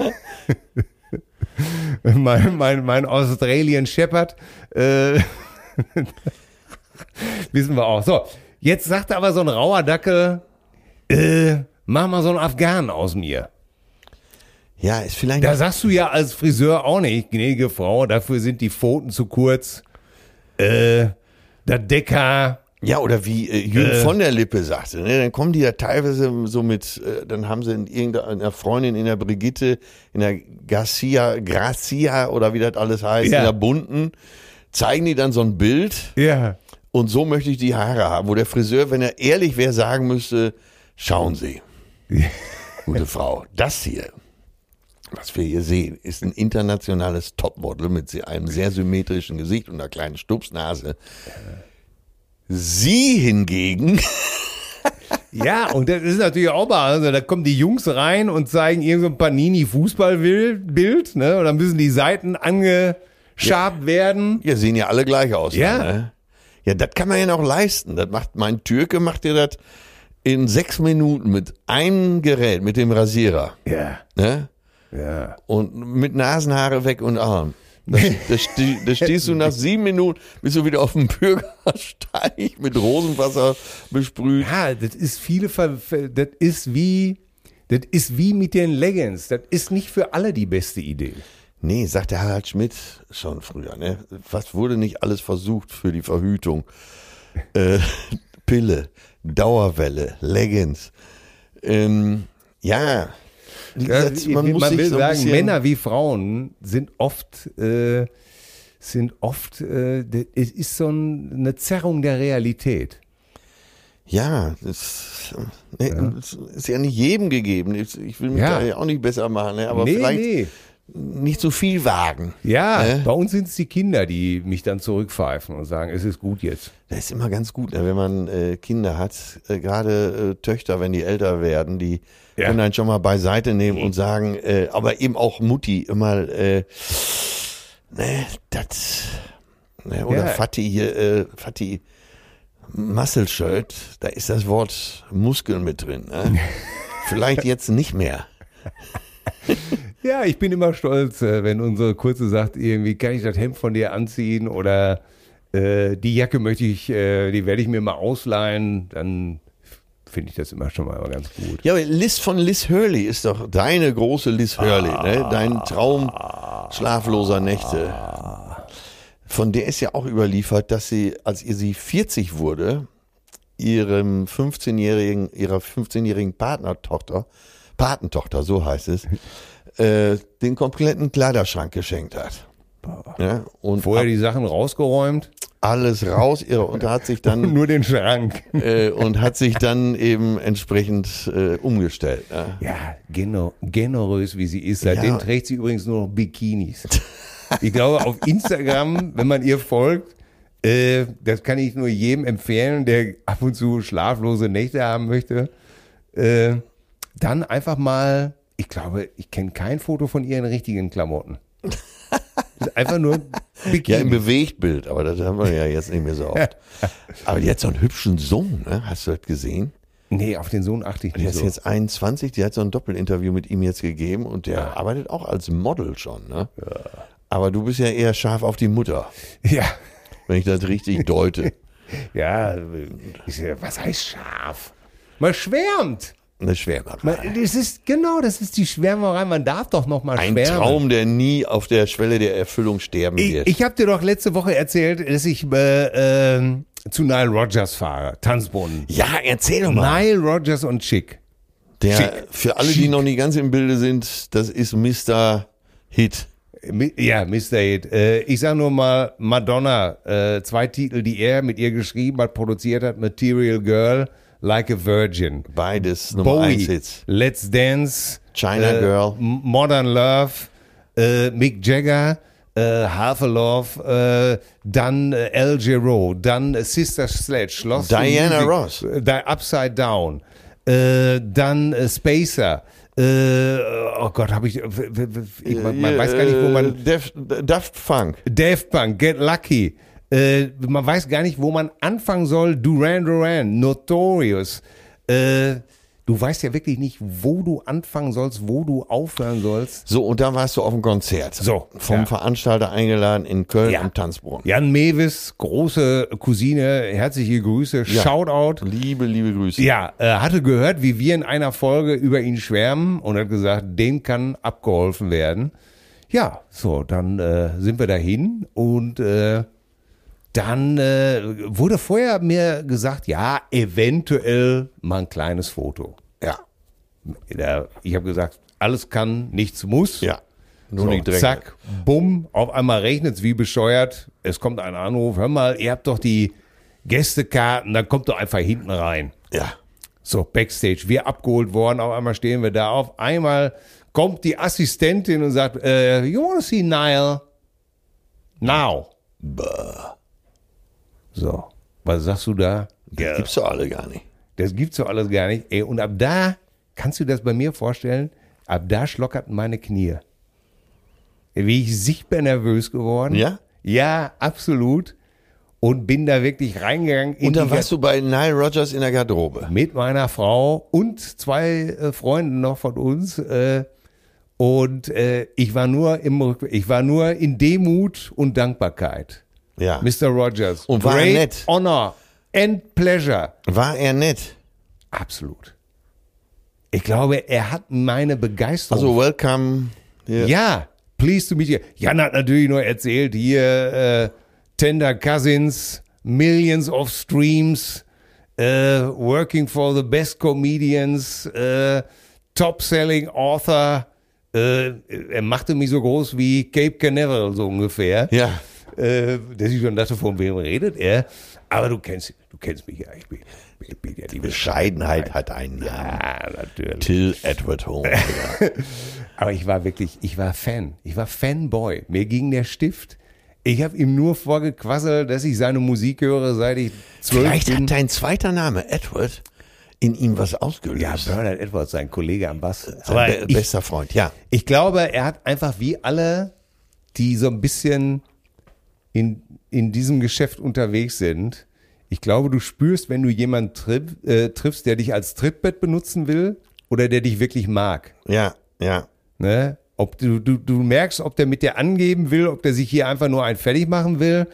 B: mein, mein, mein Australian Shepherd. Äh, wissen wir auch. So, jetzt sagt aber so ein rauer Dackel, äh, mach mal so einen Afghanen aus mir.
C: Ja, ist vielleicht
B: Da sagst du ja als Friseur auch nicht, gnädige Frau, dafür sind die Pfoten zu kurz. Äh, der Decker.
C: Ja, oder wie äh, Jürgen
B: Äh.
C: von der Lippe sagte, ne? dann kommen die ja teilweise so mit, äh, dann haben sie in irgendeiner Freundin in der Brigitte, in der Garcia, Gracia oder wie das alles heißt,
B: Ja.
C: in der bunten, zeigen die dann so ein Bild
B: Ja.
C: und so möchte ich die Haare haben, wo der Friseur, wenn er ehrlich wäre, sagen müsste, schauen Sie, gute Frau, das hier, was wir hier sehen, ist ein internationales Topmodel mit se- einem sehr symmetrischen Gesicht und einer kleinen Stupsnase. Sie hingegen
B: Ja, und das ist natürlich auch mal, also da kommen die Jungs rein und zeigen irgend so ein Panini-Fußballbild, ne? Und dann müssen die Seiten angeschabt werden.
C: Ja, sehen ja alle gleich aus.
B: Ja.
C: Ne? Ja, das kann man ja noch leisten. Das macht mein Türke macht dir das in sechs Minuten mit einem Gerät, mit dem Rasierer.
B: Ja,
C: Ne?
B: ja.
C: Und mit Nasenhaare weg und Arm. Da, da, ste- da stehst du nach sieben Minuten, bist du wieder auf dem Bürgersteig mit Rosenwasser besprüht.
B: Ja, das ist viele, Ver Ver- das ist wie, das ist wie mit den Leggings. Das ist nicht für alle die beste Idee.
C: Nee, sagt der Harald Schmidt schon früher. Ne? Was wurde nicht alles versucht für die Verhütung? Äh, Pille, Dauerwelle, Leggings. Ähm, ja, wie
B: Ja,
C: gesagt,
B: ich- man will
C: so ein
B: sagen,
C: bisschen-
B: Männer wie Frauen sind oft, äh, sind oft, äh, das- es ist so ein, eine Zerrung der Realität.
C: Ja, das, ne, das ist ja nicht jedem gegeben. Ich ich will mich
B: Ja.
C: da ja auch nicht besser machen, ne? aber
B: nee,
C: vielleicht
B: nee.
C: nicht so viel wagen.
B: Ja,
C: Ne?
B: bei uns sind es die Kinder, die mich dann zurückpfeifen und sagen, es ist gut jetzt.
C: Das ist immer ganz gut, ne, wenn man äh, Kinder hat, äh, gerade äh, Töchter, wenn die älter werden, die
B: Ja. Mhm.
C: können einen schon mal beiseite nehmen und sagen, äh, aber eben auch Mutti immer, äh, ne, das, ne, oder
B: Ja.
C: Fatti hier, äh, Fatti Muscle Shirt, da ist das Wort Muskeln mit drin. Ne? Vielleicht jetzt nicht mehr.
B: Ja, ich bin immer stolz, äh, wenn unsere Kurze sagt, irgendwie kann ich das Hemd von dir anziehen oder äh, die Jacke möchte ich, äh, die werde ich mir mal ausleihen, dann finde ich das immer schon mal ganz gut.
C: Ja, aber Liz von Liz Hurley ist doch deine große Liz Hurley, ne? dein Traum schlafloser Nächte. Von der ist ja auch überliefert, dass sie, als ihr sie 40 wurde, ihrem 15-jährigen, ihrer 15-jährigen Partnertochter, Patentochter, so heißt es, äh, den kompletten Kleiderschrank geschenkt hat. Ja, und
B: Vorher die Sachen rausgeräumt,
C: alles raus, ihre, und hat sich dann,
B: nur den Schrank.
C: äh, und hat sich dann eben entsprechend äh, umgestellt. Ne?
B: Ja, geno- generös wie sie ist. Seitdem
C: Ja.
B: trägt sie übrigens nur noch Bikinis. Ich glaube, auf Instagram, wenn man ihr folgt, äh, das kann ich nur jedem empfehlen, der ab und zu schlaflose Nächte haben möchte. Äh, dann einfach mal, ich glaube, ich kenne kein Foto von ihren richtigen Klamotten. Das ist einfach nur
C: Ja, im
B: Bikini.
C: Bewegtbild, aber das haben wir ja jetzt nicht mehr so oft. Aber die hat so einen hübschen Sohn, ne? hast du das gesehen?
B: nee, auf den Sohn achte ich
C: Die
B: nicht
C: ist
B: so.
C: jetzt 21, die hat so ein Doppelinterview mit ihm jetzt gegeben und der arbeitet auch als Model schon. Ne? Aber du bist ja eher scharf auf die Mutter,
B: Ja,
C: wenn ich das richtig deute.
B: ja, äh, ich, sag, was heißt scharf? Man schwärmt.
C: Eine Schwärmerei.
B: Man, das ist genau, das ist die Schwärmerei. Man darf doch noch mal
C: Ein
B: schwärmen.
C: Traum, der nie auf der Schwelle der Erfüllung sterben
B: Ich,
C: wird.
B: ich habe dir doch letzte Woche erzählt, dass ich äh, ähm, zu Nile Rogers fahre, Tanzbrunnen.
C: ja, erzähl doch mal.
B: Nile Rogers und Chick.
C: Der,
B: Schick.
C: Für alle, die
B: Schick.
C: noch nicht ganz im Bilde sind, das ist Mr. Hit.
B: Mi- Ja, Mr. Hit. Äh, ich sag nur mal Madonna. Äh, zwei Titel, die er mit ihr geschrieben hat, produziert hat: Material Girl, Like a Virgin.
C: Beides Nummer eins
B: Bowie,
C: Hits.
B: Let's Dance,
C: China
B: äh,
C: Girl.
B: M- Modern Love, äh, Mick Jagger, äh, Half a Love, äh, dann äh, El Giro, dann äh, Sister Sledge, Lost in
C: Diana
B: Music,
C: Ross.
B: äh, Di- Upside Down, äh, dann äh, Spacer. Äh, oh Gott, habe ich, w- w- w- ich man, man weiß gar nicht, wo man
C: Äh, Def, Daft Funk.
B: Daft Punk, Get Lucky. Äh, man weiß gar nicht, wo man anfangen soll. Duran Duran, Notorious. Äh, du weißt ja wirklich nicht, wo du anfangen sollst, wo du aufhören sollst.
C: So, und da warst du auf dem Konzert.
B: So,
C: Vom
B: ja.
C: Veranstalter eingeladen in Köln
B: Ja.
C: am Tanzbrunnen.
B: Jan Mewis, große Cousine, herzliche Grüße,
C: Ja.
B: Shoutout.
C: Liebe, liebe Grüße.
B: Ja, äh, hatte gehört, wie wir in einer Folge über ihn schwärmen und hat gesagt, dem kann abgeholfen werden. Ja, so, dann äh, sind wir dahin und äh, dann äh, wurde vorher mir gesagt, ja, eventuell mal ein kleines Foto.
C: Ja.
B: Da- Ich habe gesagt, alles kann, nichts muss.
C: ja. Nur
B: So,
C: nicht drängen.
B: zack, bumm, auf einmal regnet es wie bescheuert. Es kommt ein Anruf, hör mal, ihr habt doch die Gästekarten, dann kommt doch einfach hinten rein.
C: Ja.
B: So, Backstage, wir abgeholt worden, auf einmal stehen wir da. Auf einmal kommt die Assistentin und sagt, äh, you wanna see Nile? Now. So, was sagst du da?
C: Das gibt's doch alle gar nicht.
B: Das gibt's doch alles gar nicht. Ey, und ab da, kannst du das bei mir vorstellen? Ab da schlockerten meine Knie. Wie ich sichtbar nervös geworden.
C: Ja?
B: Ja, absolut. Und bin da wirklich reingegangen. in
C: Und dann
B: die
C: warst du bei Nile Rogers in der Garderobe.
B: mit meiner Frau und zwei äh, Freunden noch von uns. Äh, und äh, ich war nur im Rück ich war nur in Demut und Dankbarkeit.
C: Ja.
B: Mr. Rogers.
C: Und war er
B: Great
C: nett?
B: Honor and pleasure.
C: War er nett?
B: Absolut. Ich glaube, er hat meine Begeisterung.
C: Also, welcome. hier.
B: Oh. ja, pleased to meet you. Jan hat natürlich nur erzählt, hier äh, Tender Cousins, Millions of Streams, äh, Working for the Best Comedians, äh, Top-Selling Author. Äh, er machte mich so groß wie Cape Canaveral so ungefähr
C: Ja.
B: äh, dass ich schon dachte, von wem redet er? Aber du kennst, du kennst mich ja. Ich bin, ich bin ja die
C: Bescheidenheit hat einen Namen.
B: Ja, Äh, natürlich.
C: Till Edward Holmes.
B: Aber ich war wirklich, ich war Fan. Ich war Fanboy. Mir ging der Stift. Ich habe ihm nur vorgequasselt, dass ich seine Musik höre, seit ich zwölf
C: Vielleicht
B: bin.
C: hat dein zweiter Name Edward in ihm was ausgelöst.
B: ja, Bernard Edwards, sein Kollege am Bass. Aber
C: Sein be
B: ich,
C: bester Freund, ja.
B: ich glaube, er hat einfach wie alle, die so ein bisschen in, in diesem Geschäft unterwegs sind, ich glaube, du spürst, wenn du jemanden triff, äh, triffst, der dich als Trittbett benutzen will oder der dich wirklich mag.
C: Ja, ja.
B: Ne? Ob du, du, du merkst, ob der mit dir angeben will, ob der sich hier einfach nur ein fertig machen will.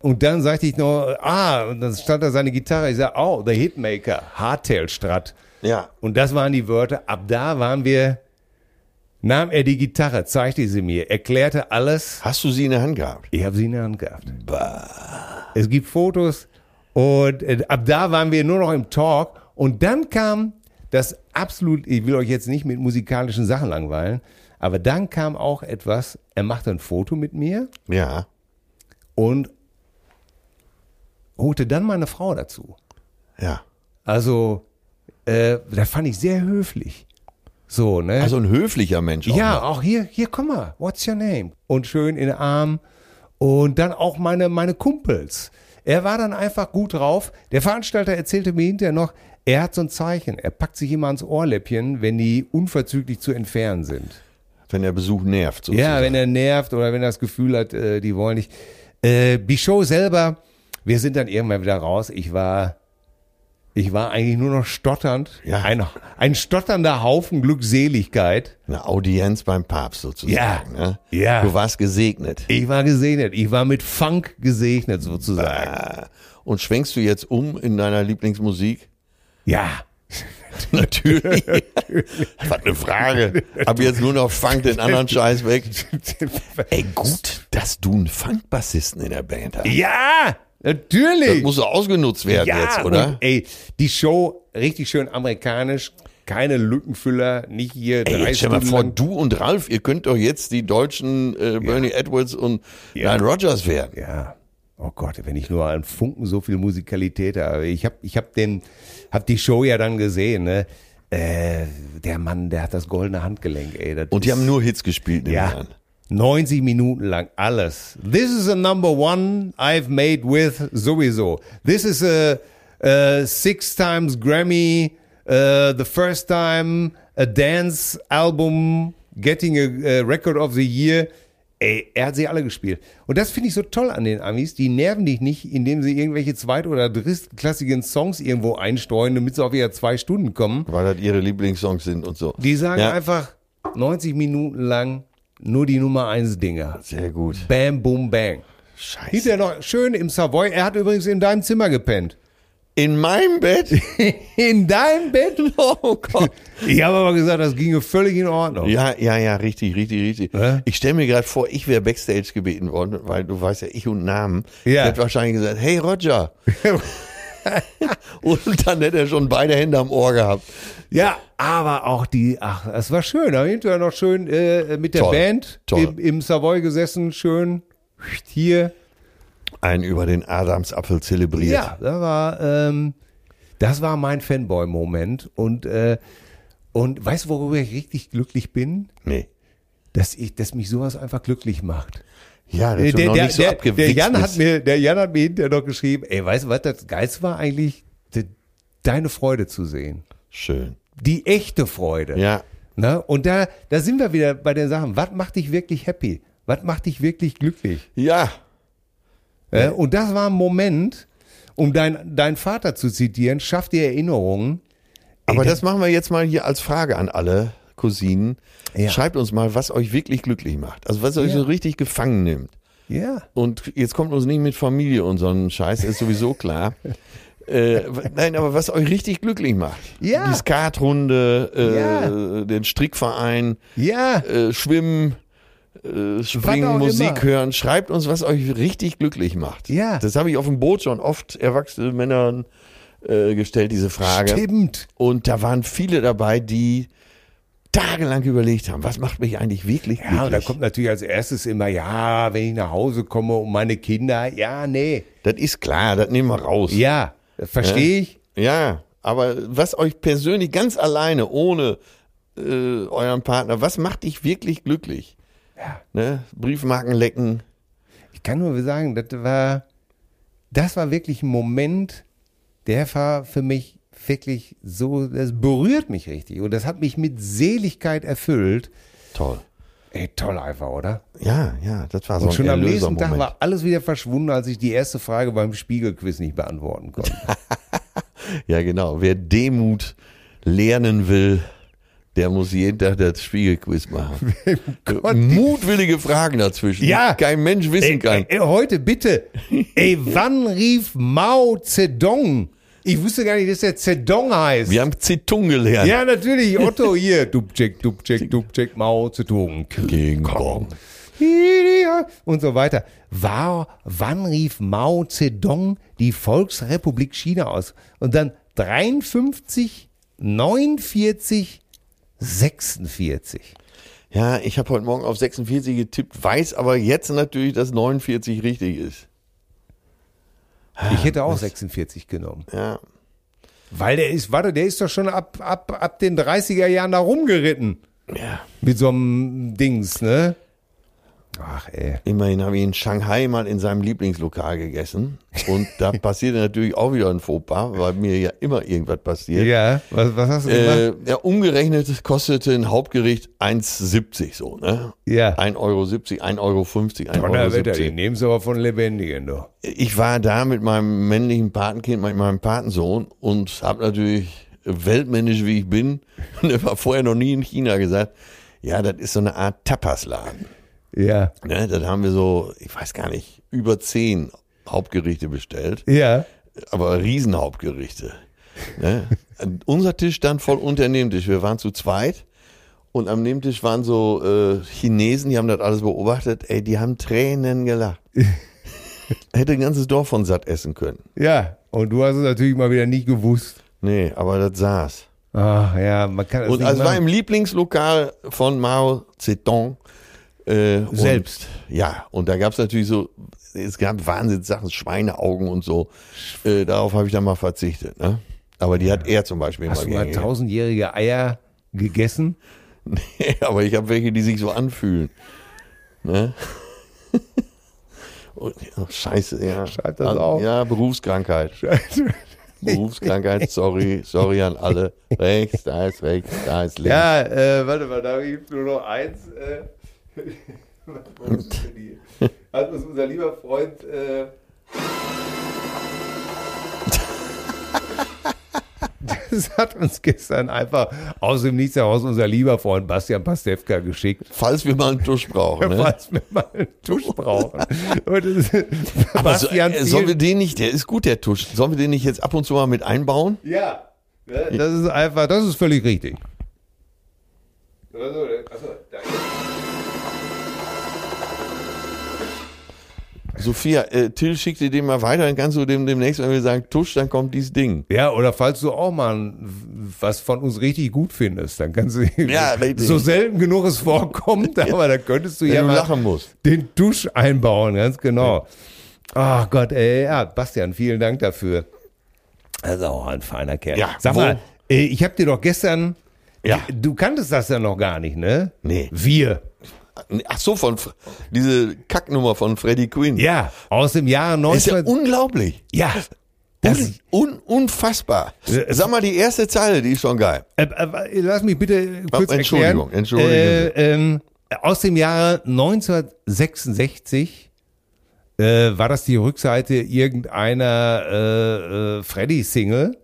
B: Und dann sagte ich noch, ah, und dann stand da seine Gitarre. Ich sag, oh, The Hitmaker, Hardtail Strat.
C: Ja.
B: Und das waren die Wörter. Ab da waren wir, nahm er die Gitarre, zeigte sie mir, erklärte alles.
C: Hast du sie in der Hand gehabt?
B: Ich habe sie in der Hand gehabt. Es gibt Fotos. Und äh, ab da waren wir nur noch im Talk. Und dann kam das absolut, ich will euch jetzt nicht mit musikalischen Sachen langweilen, aber dann kam auch etwas, er machte ein Foto mit mir
C: Ja.
B: und holte dann meine Frau dazu.
C: Ja.
B: Also, äh, da fand ich sehr höflich. So, ne?
C: Also ein höflicher Mensch. auch ne?
B: Ja,
C: noch.
B: auch hier, hier, komm mal, what's your name? Und schön in den Arm. Und dann auch meine, meine Kumpels. Er war dann einfach gut drauf. Der Veranstalter erzählte mir hinterher noch, er hat so ein Zeichen. Er packt sich immer ans Ohrläppchen, wenn die unverzüglich zu entfernen sind.
C: Wenn der Besuch nervt. Sozusagen.
B: Ja, wenn er nervt oder wenn er das Gefühl hat, äh, die wollen nicht. Äh, die Show selber, wir sind dann irgendwann wieder raus. Ich war, ich war eigentlich nur noch stotternd.
C: Ja.
B: Ein, ein stotternder Haufen Glückseligkeit.
C: Eine Audienz beim Papst sozusagen.
B: Ja.
C: Ne?
B: Ja.
C: Du warst gesegnet.
B: Ich war gesegnet. Ich war mit Funk gesegnet sozusagen.
C: Und schwenkst du jetzt um in deiner Lieblingsmusik?
B: Ja.
C: Natürlich. Was eine Frage. Hab jetzt nur noch Funk den anderen Scheiß weg. Ey, gut, dass du einen Funk-Bassisten in der Band hast.
B: Ja,
C: Das
B: natürlich.
C: muss doch ausgenutzt werden
B: ja,
C: jetzt, oder?
B: Und, ey, die Show richtig schön amerikanisch. Keine Lückenfüller, nicht hier
C: Ey,
B: drei
C: jetzt stell mal
B: Stunden
C: vor,
B: lang.
C: du und Ralf, ihr könnt doch jetzt die deutschen äh, Bernie Edwards und Nile Rogers werden.
B: Ja. Oh Gott, wenn ich nur an Funken so viel Musikalität habe. Ich habe ich hab den, hab die Show ja dann gesehen, ne? Äh, der Mann, der hat das goldene Handgelenk, ey. Das
C: Und die
B: ist-
C: haben nur Hits gespielt, nehme ich
B: Ja.
C: an.
B: 90 Minuten lang alles. This is a number one I've made with sowieso. This is a, a six times Grammy, uh, the first time a dance album getting a, a record of the year. Ey, er hat sie alle gespielt. Und das finde ich so toll an den Amis. Die nerven dich nicht, indem sie irgendwelche zweit- oder drittklassigen Songs irgendwo einstreuen, damit sie auf ihre zwei Stunden kommen.
C: Weil das ihre Lieblingssongs sind und so.
B: Die sagen
C: Ja.
B: einfach 90 Minuten lang nur die Nummer eins Dinger.
C: Sehr gut.
B: Bam, boom, bang.
C: Scheiße.
B: Hinterher noch schön im Savoy. Er hat übrigens in deinem Zimmer gepennt.
C: In meinem Bett?
B: In deinem Bett?
C: Oh Gott.
B: Ich habe aber gesagt, das ginge völlig in Ordnung.
C: Ja, ja, ja, richtig, richtig, richtig.
B: Hä?
C: Ich stelle mir gerade vor, ich wäre Backstage gebeten worden, weil du weißt ja, ich und Namen.
B: Ja.
C: Ich hätte wahrscheinlich gesagt, hey Roger. und dann hätte er schon beide Hände am Ohr gehabt.
B: Ja, aber auch die, ach, es war schön. Da hinterher noch schön äh, mit der
C: Toll,
B: Band
C: toll.
B: Im, im Savoy gesessen, schön hier.
C: Einen über den Adamsapfel zelebriert.
B: Ja, da war, ähm, das war mein Fanboy-Moment. Und, äh, und weißt du, worüber ich richtig glücklich bin?
C: Nee.
B: Dass, ich, dass mich sowas einfach glücklich macht.
C: Ja, dass
B: Der,
C: du noch
B: der,
C: nicht so
B: der,
C: abgewichst
B: der, Jan
C: bist.
B: hat mir, der Jan hat mir hinterher noch geschrieben, ey, weißt du was, das Geilste war eigentlich, de, deine Freude zu sehen.
C: Schön.
B: Die echte Freude.
C: Ja.
B: Ne? Und da, da sind wir wieder bei den Sachen, was macht dich wirklich happy? Was macht dich wirklich glücklich?
C: Ja.
B: Äh, Und das war ein Moment, um dein, dein Vater zu zitieren, schaff dir Erinnerungen.
C: Aber das machen wir jetzt mal hier als Frage an alle Cousinen.
B: Ja.
C: Schreibt uns mal, was euch wirklich glücklich macht. Also was euch
B: Ja.
C: so richtig gefangen nimmt.
B: Ja.
C: Und jetzt kommt uns nicht mit Familie und so einen Scheiß, ist sowieso klar. äh, w- nein, aber was euch richtig glücklich macht.
B: Ja.
C: Die Skatrunde, äh,
B: Ja.
C: den Strickverein,
B: Ja.
C: äh, Schwimmen, äh, Springen,
B: auch
C: Musik
B: immer.
C: hören. Schreibt uns, was euch richtig glücklich macht.
B: Ja.
C: Das habe ich auf dem Boot schon oft erwachsene Männern äh, gestellt, diese Frage.
B: Stimmt.
C: Und da waren viele dabei, die tagelang überlegt haben, was macht mich eigentlich wirklich glücklich?
B: Ja, und da kommt natürlich als erstes immer, ja, wenn ich nach Hause komme und meine Kinder, ja, nee,
C: das ist klar, das nehmen wir raus.
B: ja, das verstehe ich.
C: Ja, aber was euch persönlich ganz alleine, ohne äh, euren Partner, was macht dich wirklich glücklich? Ja. Ne? Briefmarken lecken.
B: Ich kann nur sagen, das war, das war wirklich ein Moment, der war für mich wirklich so, das berührt mich richtig und das hat mich mit Seligkeit erfüllt.
C: Toll.
B: Ey, toll einfach, oder?
C: Ja, ja, das war so
B: Und
C: ein
B: schon am nächsten Tag
C: Erlösermoment.
B: war alles wieder verschwunden, als ich die erste Frage beim Spiegelquiz nicht beantworten konnte.
C: Ja, genau. Wer Demut lernen will, der muss jeden Tag das Spiegelquiz machen. Mutwillige Fragen dazwischen,
B: Ja.
C: die kein Mensch wissen kann.
B: Ey, heute bitte. Ey, wann rief Mao Zedong? Ich wusste gar nicht, dass der Zedong heißt.
C: Wir haben Zitung gelernt.
B: Ja, natürlich, Otto hier. Dubček, Dubček, Dubček, Mao Zedong.
C: King Kong.
B: Und so weiter. War, wann rief Mao Zedong die Volksrepublik China aus? Und dann 53, 49, 46.
C: Ja, ich habe heute Morgen auf 46 getippt, weiß aber jetzt natürlich, dass 49 richtig ist.
B: Ich hätte auch 46 genommen.
C: Ja.
B: Weil der ist, warte, der ist doch schon ab, ab, ab den 30er Jahren da rumgeritten.
C: ja.
B: Mit so einem Dings, ne? Ach, ey.
C: Immerhin habe ich in Shanghai mal in seinem Lieblingslokal gegessen. Und da passierte natürlich auch wieder ein Fauxpas, weil mir ja immer irgendwas passiert.
B: Ja, was, was hast du gemacht?
C: Äh, ja, umgerechnet kostete ein Hauptgericht 1,70 so, ne?
B: Ja.
C: 1,70 Euro, 1,50 Euro, 1,70
B: Donnerwetter,
C: Euro.
B: den nehmen sie aber von Lebendigen, doch.
C: ich war da mit meinem männlichen Patenkind, mit meinem Patensohn und habe natürlich weltmännisch wie ich bin, und er war vorher noch nie in China gesagt, ja, das ist so eine Art Tapasladen.
B: Ja.
C: Ne, dann haben wir so, ich weiß gar nicht, über zehn Hauptgerichte bestellt,
B: Ja.
C: aber Riesenhauptgerichte. Ne? Unser Tisch stand voll unter dem Nebentisch. Wir waren zu zweit und am Nebentisch waren so äh, Chinesen, die haben das alles beobachtet. Ey, die haben Tränen gelacht. Hätte ein ganzes Dorf von satt essen können.
B: Ja. Und du hast es natürlich mal wieder nicht gewusst.
C: Nee, aber das saß.
B: Ach ja, man kann es
C: Und also
B: nicht
C: es war
B: machen.
C: im Lieblingslokal von Mao Zedong. Äh, und-
B: Selbst.
C: Ja, und da gab es natürlich so, es gab Wahnsinnssachen, Schweineaugen und so. Äh, darauf habe ich dann mal verzichtet. Ne? Aber die hat er zum Beispiel
B: Hast du
C: mal
B: mal
C: gerne.
B: tausendjährige Eier gegessen?
C: Nee, aber ich habe welche, die sich so anfühlen. Ne? Und, oh, scheiße, ja. Also,
B: Schreib das auf.
C: Ja, Berufskrankheit. Berufskrankheit, sorry, sorry an alle. Rechts, da ist rechts, da ist links.
B: Ja, äh, warte mal, da gibt nur noch eins. Äh, was ist für die? Hat uns Also, unser lieber Freund. Äh, das hat uns gestern einfach aus dem Nichts heraus unser lieber Freund Bastian Pastewka geschickt.
C: Falls wir mal einen Tusch brauchen. Ne?
B: Falls wir mal einen Tusch brauchen. Und es ist
C: Aber so,
B: Bastian
C: äh, sollen wir
B: vielen-
C: den nicht, der ist gut, der Tusch, sollen wir den nicht jetzt ab und zu mal mit einbauen?
B: Ja, ne, das ist einfach, das ist völlig richtig. Also, also, da-
C: Sophia, äh, Till schickt dir den mal weiter, dann kannst du dem demnächst, wenn wir sagen Tusch, dann kommt dieses Ding.
B: Ja, oder falls du auch mal ein- was von uns richtig gut findest, dann kannst du
C: Ja, richtig.
B: so selten genug es vorkommt, aber dann könntest du
C: Wenn
B: ja
C: du
B: mal
C: lachen musst.
B: den Dusch einbauen, ganz genau. Ach Gott, ey, ja, Bastian, vielen Dank dafür. Das ist auch ein feiner Kerl.
C: Ja,
B: Sag
C: wo-
B: mal, äh, ich habe dir doch gestern,
C: Ja.
B: du kanntest das ja noch gar nicht, ne?
C: Nee.
B: Wir,
C: Ach so, von Fr- diese Kacknummer von Freddie Quinn.
B: ja, aus dem Jahre
C: Ist ja
B: 19...
C: unglaublich.
B: Ja, das,
C: Un unfassbar. Sag mal, die erste Zeile, die ist schon geil.
B: Äh, äh, lass mich bitte kurz
C: Entschuldigung,
B: erklären.
C: entschuldigen
B: Äh, ähm, aus dem Jahre 1966 äh, war das die Rückseite irgendeiner äh, äh, Freddy-Single.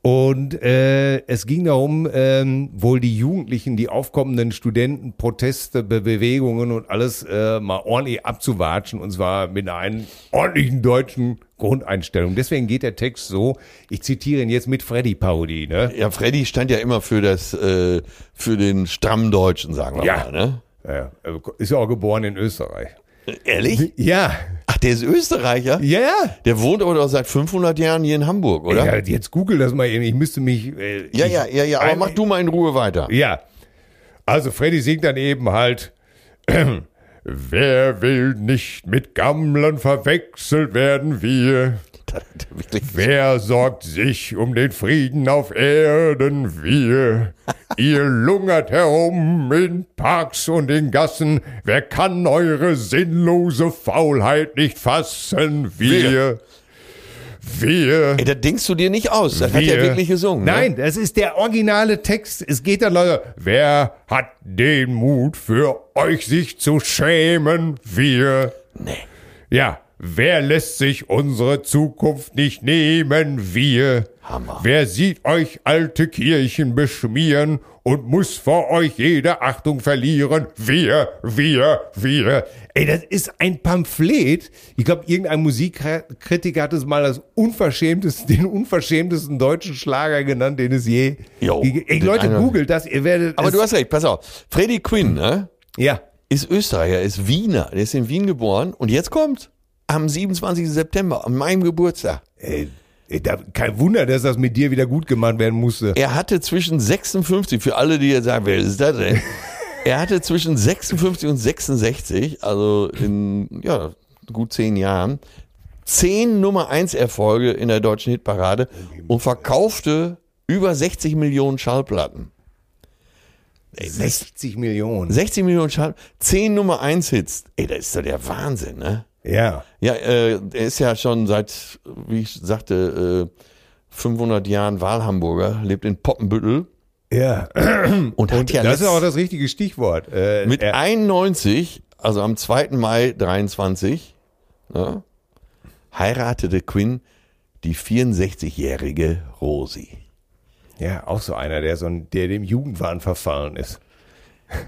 B: Und äh, es ging darum, ähm, wohl die Jugendlichen, die aufkommenden Studenten, Proteste, Be Bewegungen und alles äh, mal ordentlich abzuwatschen und zwar mit einer ordentlichen deutschen Grundeinstellung. Deswegen geht der Text so, ich zitiere ihn jetzt mit Freddy-Parodie, ne?
C: Ja, Freddy stand ja immer für das, äh, für den strammen Deutschen, sagen wir
B: Ja.
C: mal. Ne?
B: Ja, aber ist ja auch geboren in Österreich.
C: Äh, Ehrlich?
B: Ja,
C: Ach, der ist Österreicher?
B: ja, ja.
C: Der wohnt aber doch seit 500 Jahren hier in Hamburg, oder?
B: ja jetzt google das mal eben. Ich müsste mich. Äh,
C: Ja,
B: ich,
C: ja, ja, ja, aber
B: ein-
C: mach du mal in Ruhe weiter.
B: Ja. Also Freddy singt dann eben halt. Wer will nicht mit Gammlern verwechselt werden wir?
C: Das, wirklich.
B: Wer sorgt sich um den Frieden auf Erden? Wir. Ihr lungert herum in Parks und in Gassen. Wer kann eure sinnlose Faulheit nicht fassen? Wir. Wir.
C: Ey, das denkst du dir nicht aus. Das hat er
B: Wir-
C: wirklich gesungen.
B: Nein,
C: Ne?
B: das ist der originale Text. Es geht dann, Leute. Wer hat den Mut, für euch sich zu schämen? Wir.
C: Nee.
B: Ja, wer lässt sich unsere Zukunft nicht nehmen? Wir.
C: Hammer.
B: Wer sieht euch alte Kirchen beschmieren und muss vor euch jede Achtung verlieren? Wir, wir, wir. Ey, das ist ein Pamphlet. Ich glaube, irgendein Musikkritiker hat es mal als unverschämtesten, den unverschämtesten deutschen Schlager genannt, den es je.
C: Jo,
B: Ey,
C: den
B: Leute,
C: einer-
B: googelt das, ihr werdet.
C: Aber
B: es,
C: du hast recht, pass auf. Freddy Quinn, ne?
B: Ja.
C: ist Österreicher, ist Wiener, der ist in Wien geboren und jetzt kommt am 27. September, an meinem Geburtstag.
B: Ey, ey, da, kein Wunder, dass das mit dir wieder gut gemacht werden musste.
C: Er hatte zwischen 56, für alle, die jetzt sagen, wer ist das denn? er hatte zwischen 56 und 66, also in ja, gut zehn Jahren, zehn Nummer 1 Erfolge in der deutschen Hitparade und verkaufte über 60 Millionen Schallplatten.
B: 60 Millionen.
C: 60 Millionen Schallplatten, zehn Nummer 1 Hits. Ey, das ist doch der Wahnsinn, ne?
B: Ja.
C: Ja, äh, er ist ja schon seit, wie ich sagte, äh, 500 Jahren Wahlhamburger, lebt in Poppenbüttel
B: Ja.
C: und hat ja
B: das ist
C: letzt-
B: auch das richtige Stichwort. Äh,
C: mit
B: er,
C: 91, also am 2. Mai 23, ne, heiratete Quinn die 64-jährige Rosi.
B: ja, auch so einer, der, so ein, der dem Jugendwahn verfallen ist.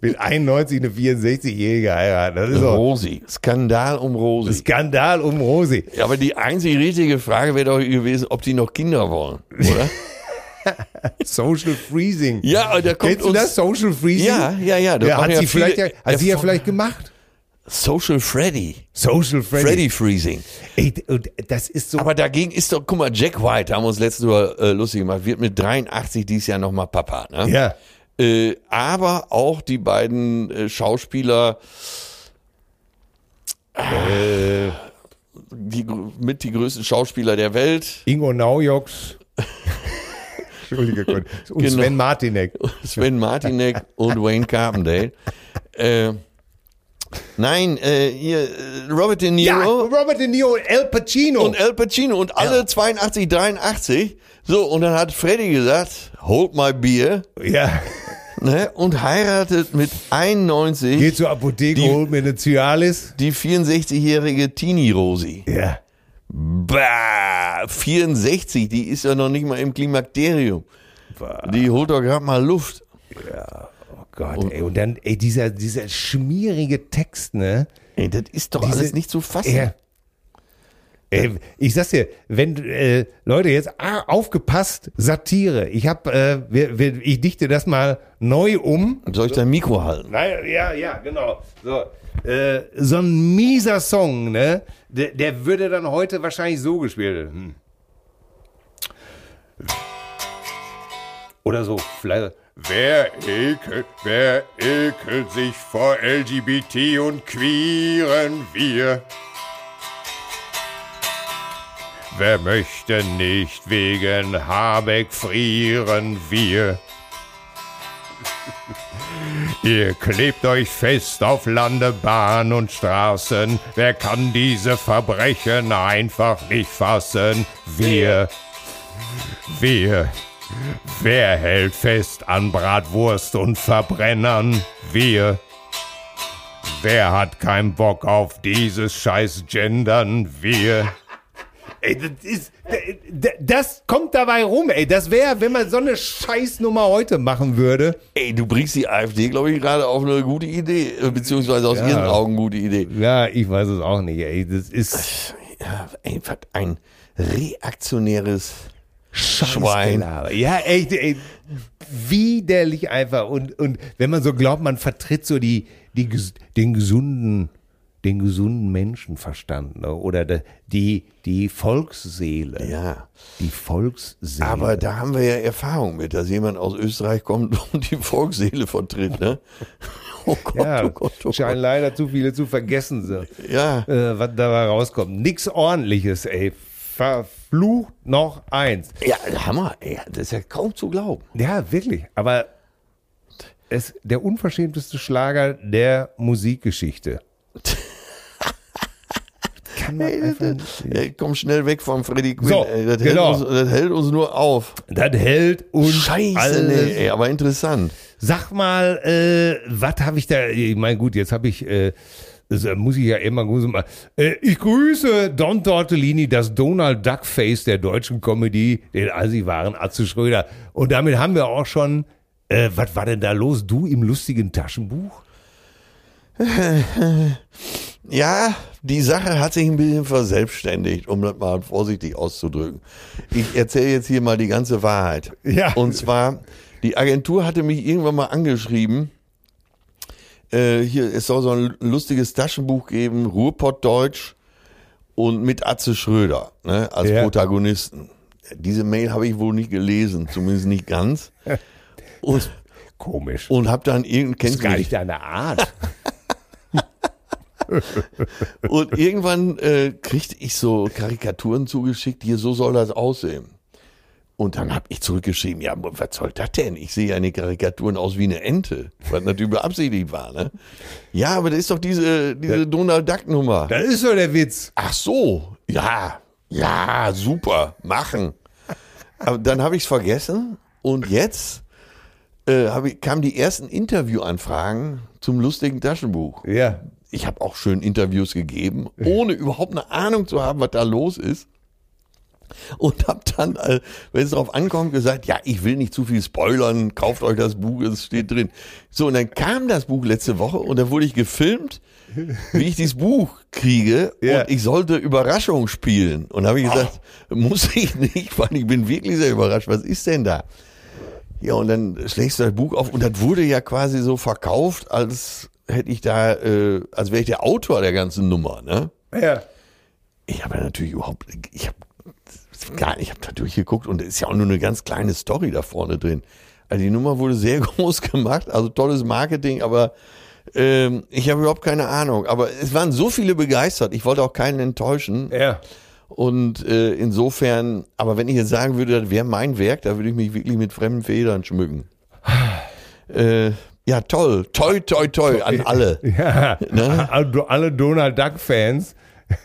B: mit 91 eine 64-Jährige heiraten. Das ist doch
C: Rosi, Skandal um
B: ein
C: Rosi.
B: Skandal um Rosi.
C: Ja, Aber die einzig richtige Frage wäre doch gewesen, ob die noch Kinder wollen, oder?
B: Social Freezing.
C: ja, und da kommt
B: Kennst du
C: uns
B: das, Social Freezing?
C: Ja, ja, ja. da
B: Ja,
C: machen
B: hat sie, vielleicht, ja,
C: viele-
B: hat sie ja
C: Erfol-
B: vielleicht gemacht.
C: Social Freddy.
B: Social Freddy.
C: Freddy Freezing.
B: Ey, d- und das ist so.
C: Aber dagegen ist doch, guck mal, Jack White, haben wir uns letztes Mal äh, lustig gemacht, wird mit 83 dieses Jahr nochmal Papa. Ne?
B: ja.
C: Äh, aber auch die beiden äh, Schauspieler, äh, die, gr- mit die größten Schauspieler der Welt,
B: Ingo Naujoks. Entschuldige Gott. Und
C: Genau.
B: Sven Martinek.
C: Sven Martinek und Wayne Carpendale. Äh, nein, äh, hier, äh, Robert De
B: Ja,
C: Niro.
B: Robert De Niro und Al Pacino.
C: und Al Pacino und alle 82, 83. So, und dann hat Freddy gesagt, hold my beer,
B: ja.
C: ne, und heiratet mit 91
B: Geh zur Apotheke,
C: Die-
B: hol mir eine Cialis.
C: die 64-jährige Tini Rosi.
B: Ja.
C: Bah, 64, die ist ja noch nicht mal im Klimakterium. Die holt doch gerade mal Luft.
B: Oh Gott, ey. Und dann, ey, dieser, dieser schmierige Text, ne?
C: Ey, das ist doch alles nicht zu fassen.
B: Ja. Ey, ich sag's dir, wenn äh, Leute jetzt ah, aufgepasst, Satire. Ich hab, äh, wir, wir, ich dichte das mal neu um.
C: Soll ich dein Mikro halten?
B: Nein, ja, ja, genau. So, äh, so ein mieser Song, ne? Der, der würde dann heute wahrscheinlich so gespielt. Hm. Oder so, vielleicht. Wer ekelt, wer ekelt sich vor LGBT und queeren wir? Wer möchte nicht wegen Habeck frieren wir? Ihr klebt euch fest auf Landebahn und Straßen. Wer kann diese Verbrechen einfach nicht fassen? Wir. Wir. Wer hält fest an Bratwurst und Verbrennern? Wir. Wer hat keinen Bock auf dieses scheiß Gendern? Wir. Ey, das, ist, das kommt dabei rum, ey. Das wäre, wenn man so eine Scheißnummer heute machen würde.
C: Ey, du bringst die AfD, glaube ich, gerade auf eine gute Idee, äh, beziehungsweise aus ihren Augen gute Idee.
B: Ja, ich weiß es auch nicht, ey. Das ist
C: Ja, ey, was ein reaktionäres Schwein.
B: Schweinelaber. Ja, echt, ey. Widerlich einfach. Und, und wenn man so glaubt, man vertritt so die, die, ges- den gesunden den gesunden Menschenverstand ne? oder de- die, die Volksseele.
C: Ja.
B: Die Volksseele.
C: Aber da haben wir ja Erfahrung mit, dass jemand aus Österreich kommt und die Volksseele vertritt, ne? Oh Gott,
B: ja,
C: oh Gott, oh
B: scheinen
C: Gott.
B: leider zu viele zu vergessen, so,
C: Ja,
B: äh, was dabei rauskommt. Nix ordentliches, ey. Verflucht noch eins.
C: ja, Hammer, ey, das ist ja kaum zu glauben.
B: Ja, wirklich. Aber es der unverschämteste Schlager der Musikgeschichte. Kann man einfach nicht.
C: Ey, komm schnell weg vom Freddy Quinn,
B: So,
C: ey, das,
B: genau.
C: hält uns, das hält uns nur auf.
B: Das hält uns
C: Scheiße,
B: alles.
C: nee, ey, aber interessant.
B: Sag mal, äh, was habe ich da? Ich meine, gut, jetzt habe ich, äh, das äh, muss ich ja immer gut machen. Äh, ich grüße Don Tortellini, das Donald Duckface der deutschen Comedy, den Assi waren Atze Schröder. Und damit haben wir auch schon, äh, was war denn da los? Du im lustigen Taschenbuch?
C: Ja, die Sache hat sich ein bisschen verselbstständigt, um das mal vorsichtig auszudrücken. Ich erzähle jetzt hier mal die ganze Wahrheit.
B: Ja.
C: Und zwar, die Agentur hatte mich irgendwann mal angeschrieben, äh, hier, es soll so ein lustiges Taschenbuch geben, Ruhrpott-Deutsch und mit Atze Schröder ne, als
B: Ja.
C: Protagonisten. Diese Mail habe ich wohl nicht gelesen, zumindest nicht ganz. Und,
B: Komisch.
C: und habe dann irgendein,
B: das
C: kennst
B: ist
C: du
B: gar
C: mich,
B: nicht deine Art.
C: Und irgendwann äh, kriegte ich so Karikaturen zugeschickt, hier, so soll das aussehen. Und dann habe ich zurückgeschrieben, ja, was soll das denn? Ich sehe ja in den Karikaturen aus wie eine Ente, was natürlich beabsichtigt war, ne? Ja, aber das ist doch diese, diese Donald Duck-Nummer.
B: Das ist so der Witz.
C: Ach so, ja, ja, super, machen. Aber dann habe ich es vergessen und jetzt äh, hab ich, kamen die ersten Interviewanfragen zum lustigen Taschenbuch
B: Ja.
C: ich habe auch schön Interviews gegeben, ohne überhaupt eine Ahnung zu haben, was da los ist. Und habe dann, äh, wenn es darauf ankommt, gesagt, ja, ich will nicht zu viel spoilern, kauft euch das Buch, es steht drin. So, und dann kam das Buch letzte Woche und da wurde ich gefilmt, wie ich dieses Buch kriege
B: Ja.
C: und ich sollte Überraschung spielen. Und habe ich gesagt, muss ich nicht, weil ich bin wirklich sehr überrascht, was ist denn da? Ja, und dann schlägst du das Buch auf und das wurde ja quasi so verkauft, als hätte ich da, äh, als wäre ich der Autor der ganzen Nummer, ne?
B: Ja.
C: Ich habe ja natürlich überhaupt, ich habe gar ich habe da durchgeguckt und es ist ja auch nur eine ganz kleine Story da vorne drin. Also die Nummer wurde sehr groß gemacht, also tolles Marketing, aber ähm, ich habe überhaupt keine Ahnung. Aber es waren so viele begeistert, ich wollte auch keinen enttäuschen.
B: Ja.
C: Und äh, insofern, aber wenn ich jetzt sagen würde, das wäre mein Werk, da würde ich mich wirklich mit fremden Federn schmücken. Äh, ja, toll. Toi, toi, toi an alle.
B: Ja.
C: Ne?
B: Also Alle Donald Duck-Fans.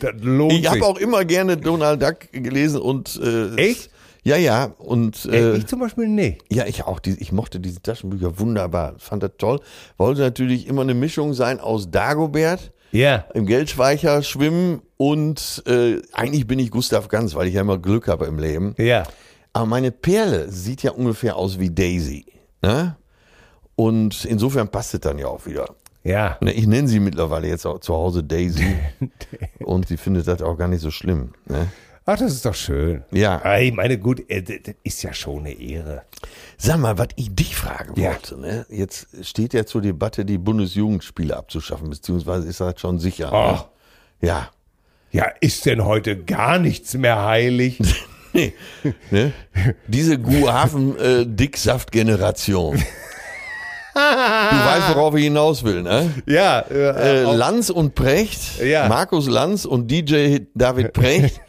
B: das lohnt
C: Ich
B: sich.
C: habe auch immer gerne Donald Duck gelesen und äh,
B: Echt?
C: Ja, ja. Und
B: Äh,
C: äh,
B: ich zum Beispiel nicht.
C: ja, ich auch. Die, ich mochte diese Taschenbücher wunderbar. Fand das toll. Wollte natürlich immer eine Mischung sein aus Dagobert.
B: Ja.
C: Im Geldspeicher schwimmen und äh, eigentlich bin ich Gustav Ganz, weil ich ja immer Glück habe im Leben.
B: Ja.
C: Aber meine Perle sieht ja ungefähr aus wie Daisy. Ne? Und insofern passt es dann ja auch wieder.
B: Ja.
C: Ne, Ich nenne sie mittlerweile jetzt auch zu Hause Daisy. und sie findet das auch gar nicht so schlimm. Ne?
B: Ach, das ist doch schön.
C: Ja.
B: Ah, Ich meine, gut, äh, d- d- ist ja schon eine Ehre.
C: Sag mal, was ich dich fragen
B: Ja.
C: wollte. Ne? Jetzt steht ja zur Debatte, die Bundesjugendspiele abzuschaffen, beziehungsweise ist das schon sicher.
B: Oh.
C: Ne? Ja.
B: Ja, ist denn heute gar nichts mehr heilig?
C: Ne? Diese Guaven-Dicksaft-Generation. du weißt, worauf ich hinaus will, ne?
B: ja. Äh,
C: äh,
B: auch-
C: Lanz und Precht,
B: Ja.
C: Markus Lanz und DJ David Precht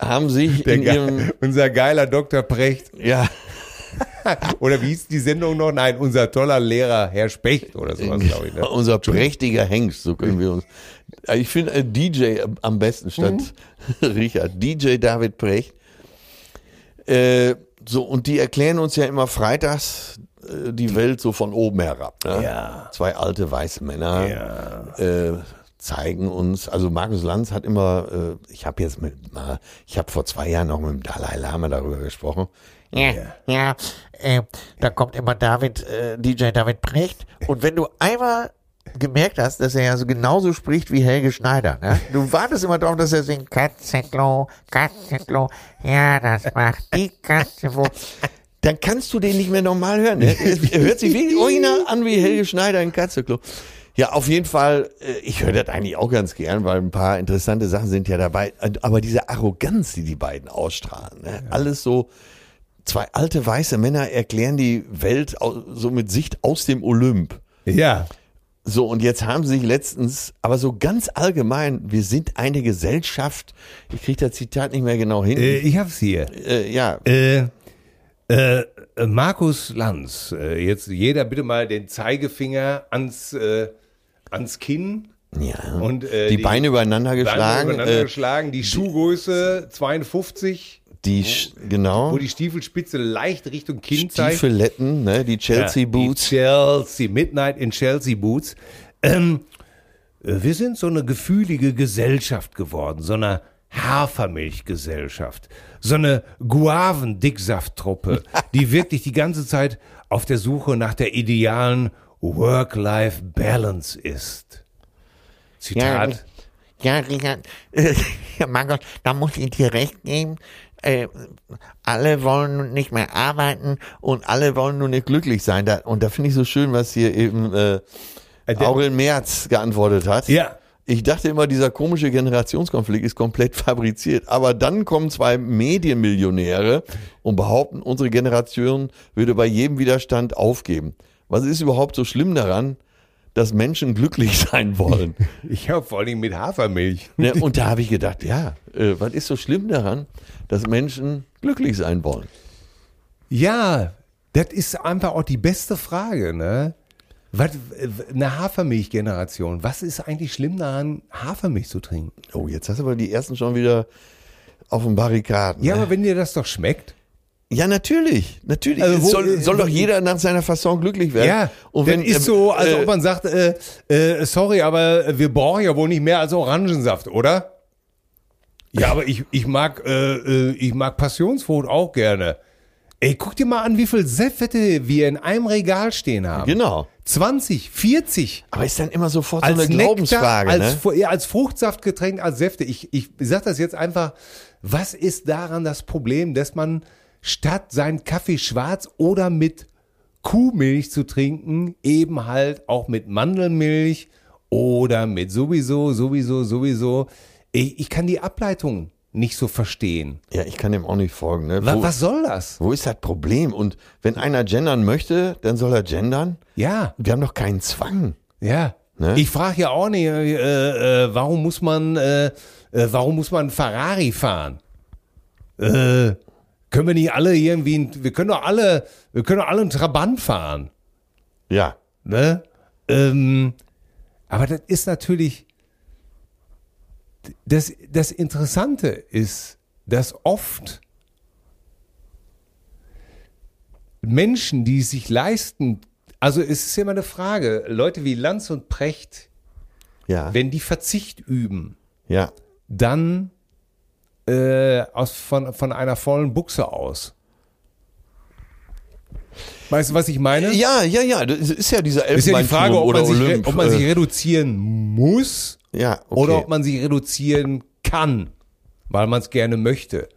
C: haben sich
B: der
C: in
B: Ge-
C: ihrem
B: unser geiler Dr. Precht.
C: ja,
B: Oder wie hieß die Sendung noch? Nein, unser toller Lehrer, Herr Specht oder sowas, glaube ich. Ne?
C: unser prächtiger Hengst, so können wir uns. Äh, Ich finde äh, DJ am besten statt Richard. DJ David Precht. Äh, so, und die erklären uns ja immer freitags äh, die Welt so von oben herab. Ne?
B: Ja.
C: Zwei alte weiße Männer. äh, zeigen uns, also Markus Lanz hat immer, äh, ich habe jetzt mit, mal, ich habe vor zwei Jahren noch mit dem Dalai Lama darüber gesprochen.
E: Ja, ja. Äh, da kommt immer David, äh, DJ David Precht. Und wenn du einmal gemerkt hast, dass er ja so genauso spricht wie Helge Schneider, ne? Du wartest immer darauf, dass er singt, Katzeklo, Katzeklo, ja, das macht die Katze wo.
C: Dann kannst du den nicht mehr normal hören. Ne? Er hört sich wirklich original an wie Helge Schneider in Katzeklo. Ja, auf jeden Fall, äh, ich höre das eigentlich auch ganz gern, weil ein paar interessante Sachen sind ja dabei. Aber diese Arroganz, die die beiden ausstrahlen, ne? alles so, zwei alte weiße Männer erklären die Welt au- so mit Sicht aus dem Olymp.
B: Ja.
C: So, und jetzt haben sie sich letztens, aber so ganz allgemein, wir sind eine Gesellschaft, ich kriege das Zitat nicht mehr genau hin,
B: Äh, ich hab's hier.
C: äh, ja,
B: Äh, äh, Markus Lanz, äh, jetzt jeder bitte mal den Zeigefinger ans, äh, ans Kinn.
C: ja.
B: und, äh,
C: die,
B: die
C: Beine übereinander
B: Beine
C: geschlagen,
B: übereinander
C: äh,
B: geschlagen, die Schuhgröße 52,
C: die, Sch- genau,
B: wo die Stiefelspitze leicht Richtung Kinn zeigt.
C: Stiefeletten, ne, die Chelsea
B: Ja, die
C: Boots.
B: Chelsea, Midnight in Chelsea Boots. Ähm, äh, wir sind so eine gefühlige Gesellschaft geworden, so eine Hafermilchgesellschaft, so eine Guavendicksafttruppe, die wirklich die ganze Zeit auf der Suche nach der idealen Work-Life-Balance ist.
E: Ja,
B: Zitat.
E: ja, Richard, äh, ja, mein Gott, da muss ich dir recht geben. Äh, alle wollen nun nicht mehr arbeiten und alle wollen nur nicht glücklich sein. Da, und da finde ich so schön, was hier eben äh,
B: der-
E: Aurel
C: Aurel Merz geantwortet hat.
B: Ja.
C: Ich dachte immer, dieser komische Generationskonflikt ist komplett fabriziert. Aber dann kommen zwei Medienmillionäre und behaupten, unsere Generation würde bei jedem Widerstand aufgeben. Was ist überhaupt so schlimm daran, dass Menschen glücklich sein wollen?
B: Ich habe vor allen Dingen mit Hafermilch.
C: Ne, und da habe ich gedacht, ja, äh, was ist so schlimm daran, dass Menschen glücklich sein wollen?
B: Ja, das ist einfach auch die beste Frage, ne? Was, äh, eine Hafermilchgeneration. Was ist eigentlich schlimm daran, Hafermilch zu trinken?
C: Oh, jetzt hast du aber die ersten schon wieder auf den Barrikaden.
B: Ja,
C: ne?
B: aber wenn dir das doch schmeckt.
C: Ja, natürlich, natürlich.
B: Also wo-
C: es soll,
B: äh,
C: soll doch jeder nach seiner Fasson glücklich werden.
B: und wenn, ist
C: ähm,
B: so, als
C: äh,
B: ob man sagt, äh, äh, sorry, aber wir brauchen ja wohl nicht mehr als Orangensaft, oder? Ja, aber ich, ich mag, äh, äh, ich mag Passionsfrucht auch gerne. Ey, guck dir mal an, wie viel Säfte wir in einem Regal stehen haben.
C: Genau.
B: 20, 40.
C: Aber ist dann immer sofort
B: als
C: so eine
B: Nektar,
C: Glaubensfrage,
B: als,
C: ne?
B: Fu- ja, als Fruchtsaftgetränk, als Säfte. Ich, ich sage das jetzt einfach, was ist daran das Problem, dass man statt seinen Kaffee schwarz oder mit Kuhmilch zu trinken, eben halt auch mit Mandelmilch oder mit sowieso, sowieso, sowieso. Ich, ich kann die Ableitung nicht so verstehen.
C: Ja, ich kann dem auch nicht folgen, ne?
B: Wa-
C: Wo,
B: was soll das?
C: wo ist das Problem? Und wenn einer gendern möchte, dann soll er gendern.
B: Ja,
C: Wir haben doch keinen Zwang.
B: ja.
C: Ne?
B: Ich frage ja auch nicht, äh, äh, warum muss man, äh, äh, warum muss man Ferrari fahren? Äh, können wir nicht alle irgendwie, ein, wir können doch alle, wir können doch alle einen Trabant fahren,
C: Ja.
B: ne? Ähm, aber das ist natürlich, das, das Interessante ist, dass oft Menschen, die es sich leisten, also es ist immer eine Frage, Leute wie Lanz und Precht,
C: Ja.
B: wenn die Verzicht üben,
C: ja.
B: dann äh, aus, von, von einer vollen Buchse aus. Weißt du, was ich meine?
C: Ja, ja, ja. Das ist ja dieser
B: ist ja
C: Elfenbeinturm
B: die Frage, ob
C: oder
B: man, sich, re-
C: Olymp.
B: ob man
C: äh,
B: sich reduzieren muss
C: ja, okay.
B: oder ob man sich reduzieren kann, weil man es gerne möchte.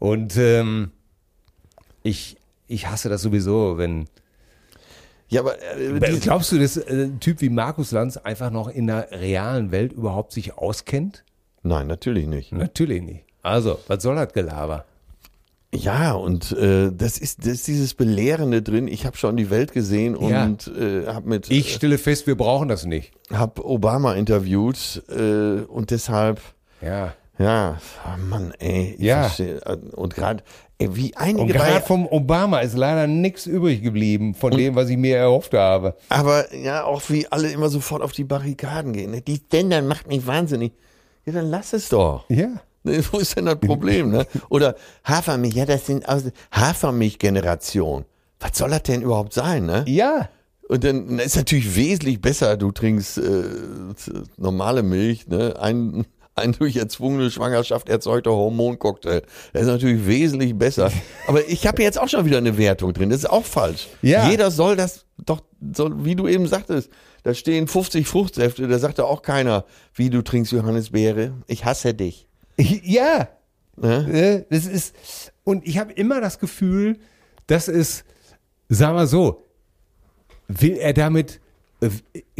B: Und ähm, ich, ich hasse das sowieso, wenn.
C: ja, aber äh, die-
B: Glaubst du, dass äh, ein Typ wie Markus Lanz einfach noch in der realen Welt überhaupt sich auskennt?
C: nein, natürlich nicht.
B: Natürlich nicht. Also, was soll das Gelaber?
C: Ja, und äh, das, ist, das ist dieses Belehrende drin. Ich habe schon die Welt gesehen
B: Ja.
C: und äh, habe mit
B: Ich stelle fest, wir brauchen das nicht.
C: habe Obama interviewt äh, und deshalb,
B: Ja.
C: ja, oh Mann, ey, ich
B: Ja.
C: verstehe. äh, Und gerade, wie einige
B: Und gerade
C: bei,
B: vom Obama ist leider nichts übrig geblieben von dem, was ich mir erhofft habe.
C: aber ja, auch wie alle immer sofort auf die Barrikaden gehen. ne? Die Gendern macht mich wahnsinnig. Ja, dann lass es doch.
B: Ja.
C: Ne, Wo ist denn das Problem, ne? Oder Hafermilch, ja, das sind aus Hafermilch-Generation. Was soll das denn überhaupt sein, ne?
B: Ja.
C: Und dann ist natürlich wesentlich besser, du trinkst äh, normale Milch, ne? Ein, ein durch erzwungene Schwangerschaft erzeugter Hormoncocktail. Das ist natürlich wesentlich besser. Aber ich habe jetzt auch schon wieder eine Wertung drin. Das ist auch falsch.
B: Ja.
C: Jeder soll das doch, soll, wie du eben sagtest, da stehen 50 Fruchtsäfte, da sagt ja auch keiner, wie du trinkst Johannisbeere. Ich hasse dich.
B: Ja.
C: Ne?
B: Äh, Das ist, und ich habe immer das Gefühl, dass es, sagen wir so, will er damit äh,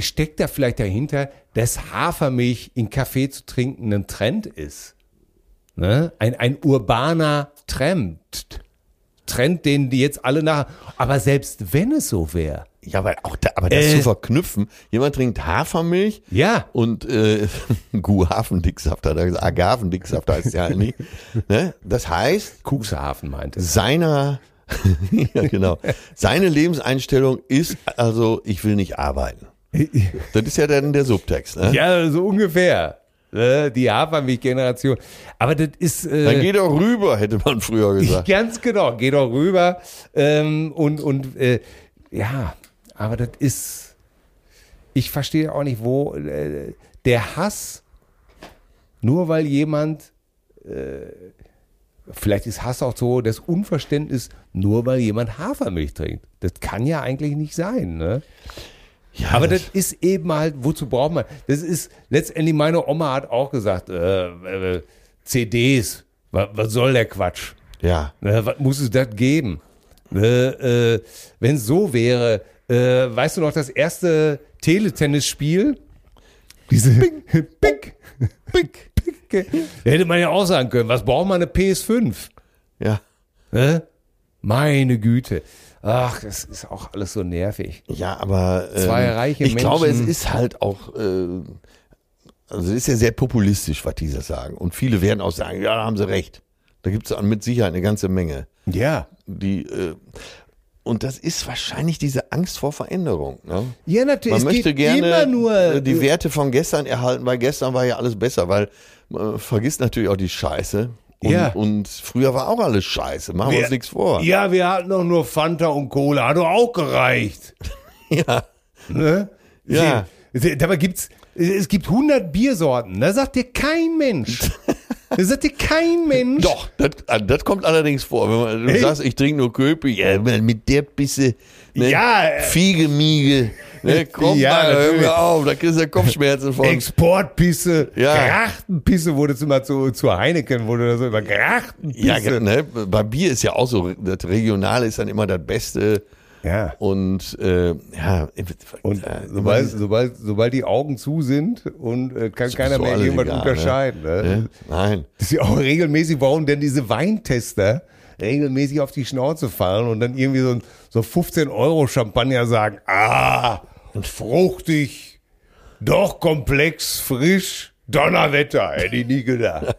B: steckt da vielleicht dahinter, dass Hafermilch in Kaffee zu trinken ein Trend ist? Ne? Ein, ein urbaner Trend. Trend, den die jetzt alle nach. Aber selbst wenn es so wäre.
C: Ja, aber auch da, aber das
B: Äh.
C: zu verknüpfen. Jemand trinkt Hafermilch
B: Ja.
C: und äh, Guhavendicksaft, hat er gesagt. Agavendicksaft heißt ja nicht. Ne? Das heißt,
B: Cuxhaven meint es.
C: seiner ja, genau. Seine Lebenseinstellung ist also, ich will nicht arbeiten. Das ist ja dann der Subtext. Ne?
B: Ja, so ungefähr. Äh, Die Hafermilch-Generation. Aber das ist. äh,
C: Dann geh doch rüber, hätte man früher gesagt.
B: Ganz genau, geh doch rüber. Ähm, und und äh, ja, aber das ist. Ich verstehe auch nicht, wo äh, der Hass, nur weil jemand, äh, vielleicht ist Hass auch so, das Unverständnis, nur weil jemand Hafermilch trinkt. Das kann ja eigentlich nicht sein, ne?
C: Ja,
B: Aber das ist eben halt, wozu braucht man? Das ist letztendlich, meine Oma hat auch gesagt, äh, äh, CDs, was, was soll der Quatsch?
C: ja.
B: Ne, was muss es das geben? Ne, äh, Wenn es so wäre, äh, weißt du noch das erste Teletennisspiel? Diese Pick, Pick, Pick, Pick. Da hätte man ja auch sagen können, was braucht man eine PS5?
C: ja.
B: Ne? Meine Güte. Ach, das ist auch alles so nervig.
C: Ja, aber ähm,
B: Zwei reiche
C: ich glaube, es
B: Menschen.
C: ist halt auch, äh, also es ist ja sehr populistisch, was diese sagen. Und viele werden auch sagen, ja, da haben sie recht. Da gibt es mit Sicherheit eine ganze Menge.
B: Ja.
C: Die, äh, und das ist wahrscheinlich diese Angst vor Veränderung. Ne?
B: Ja, natürlich.
C: Man
B: es
C: möchte
B: geht immer
C: gerne
B: nur
C: äh, die Werte von gestern erhalten, weil gestern war ja alles besser, weil äh, vergisst natürlich auch die Scheiße. Und,
B: Ja.
C: und früher war auch alles scheiße, machen wir
B: Wir-
C: uns nichts vor.
B: Ja, wir hatten doch nur Fanta und Cola, hat doch auch gereicht.
C: Ja.
B: Ne?
C: Ja.
B: Sie- Dabei gibt's, es gibt 100 Biersorten, da sagt dir kein Mensch. Da sagt dir kein Mensch.
C: Doch, das, äh, das kommt allerdings vor. Wenn man, du
B: Echt?
C: sagst, ich trinke nur Köpi, ja, mit der Bisse, ne,
B: Ja, äh,
C: Fiege, Miege, ne, komm
B: Ja,
C: mal, hör
B: natürlich.
C: mir auf, da kriegst du ja Kopfschmerzen von.
B: Exportpisse,
C: Ja.
B: Grachtenpisse wurde es immer zu, zu Heineken, wurde da so über
C: Ja,
B: Grachtenpisse.
C: ge- ne, bei Bier ist ja auch so, das Regionale ist dann immer das Beste.
B: Ja.
C: Und, äh, ja,
B: Und
C: äh,
B: sobald, sobald, sobald die Augen zu sind und äh, kann keiner
C: so
B: mehr
C: alles
B: irgendwas
C: egal, ne?
B: unterscheiden. Ne?
C: ne, nein.
B: Das ist ja auch regelmäßig, warum denn diese Weintester regelmäßig auf die Schnauze fallen und dann irgendwie so, ein- so 15 Euro Champagner sagen, ah, und fruchtig, doch komplex, frisch, Donnerwetter, hätte ich nie gedacht.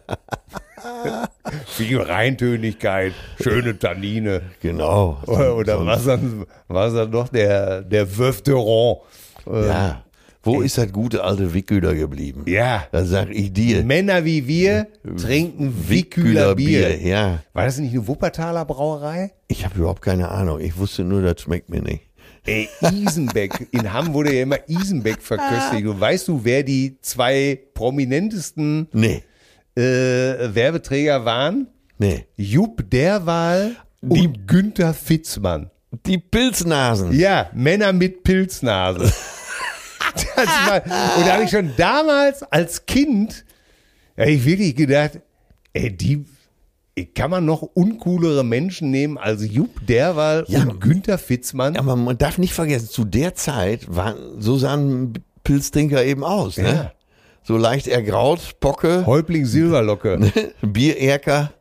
B: Viel Reintönigkeit, schöne Tannine.
C: Genau.
B: Oder, oder was dann, was dann doch der, der Veuve Durand. Äh,
C: Ja. Wo ist das gute alte Wickhüder geblieben?
B: ja.
C: Da sag ich dir.
B: Männer wie wir trinken Wickhüler Bier.
C: Ja.
B: War das nicht eine Wuppertaler Brauerei?
C: Ich habe überhaupt keine Ahnung. Ich wusste nur, das schmeckt mir nicht.
B: Ey, Isenbeck. In Hamm wurde ja immer Isenbeck verköstigt. Und weißt du, wer die zwei prominentesten
C: Nee.
B: äh, Werbeträger waren?
C: Nee.
B: Jupp Derwahl und Günther Fitzmann.
C: Die Pilznasen.
B: Ja, Männer mit Pilznase. Das war, und da habe ich schon damals als Kind, da hab ich wirklich gedacht, ey, die kann man noch uncoolere Menschen nehmen als Jupp Derwahl
C: Ja.
B: und Günther Fitzmann?
C: Aber man darf nicht vergessen, zu der Zeit waren, so sahen Pilztrinker eben aus, ne?
B: Ja.
C: So leicht ergraut, Pocke,
B: Häuptling
C: Ne?
B: Silberlocke.
C: Biererker,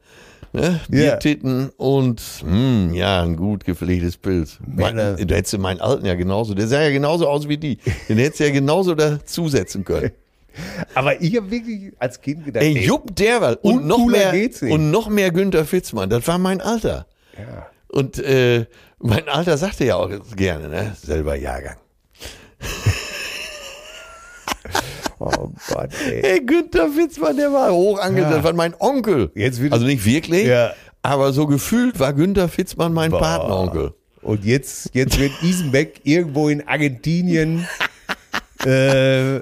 C: ne?
B: Ja.
C: Biertitten und, hm, ja, ein gut gepflegtes Pilz. Man,
B: Männer.
C: da hättest du meinen Alten ja genauso, der sah ja genauso aus wie die. Den hättest du ja genauso dazusetzen können.
B: Aber ich habe wirklich als Kind gedacht,
C: Ey, Jupp Derwal und noch
B: uncooler
C: mehr
B: geht's nicht.
C: und noch mehr Günther Fitzmann. Das war mein Alter. Und äh, mein Alter sagte ja auch gerne, ne? Selber Jahrgang.
B: oh Gott, ey.
C: Ey, Günther Fitzmann, der war hoch angesetzt, das war mein Onkel.
B: Jetzt wird-
C: also nicht wirklich,
B: Ja.
C: aber so gefühlt war Günther Fitzmann mein Partneronkel.
B: Und jetzt, jetzt wird Isenbeck irgendwo in Argentinien, äh,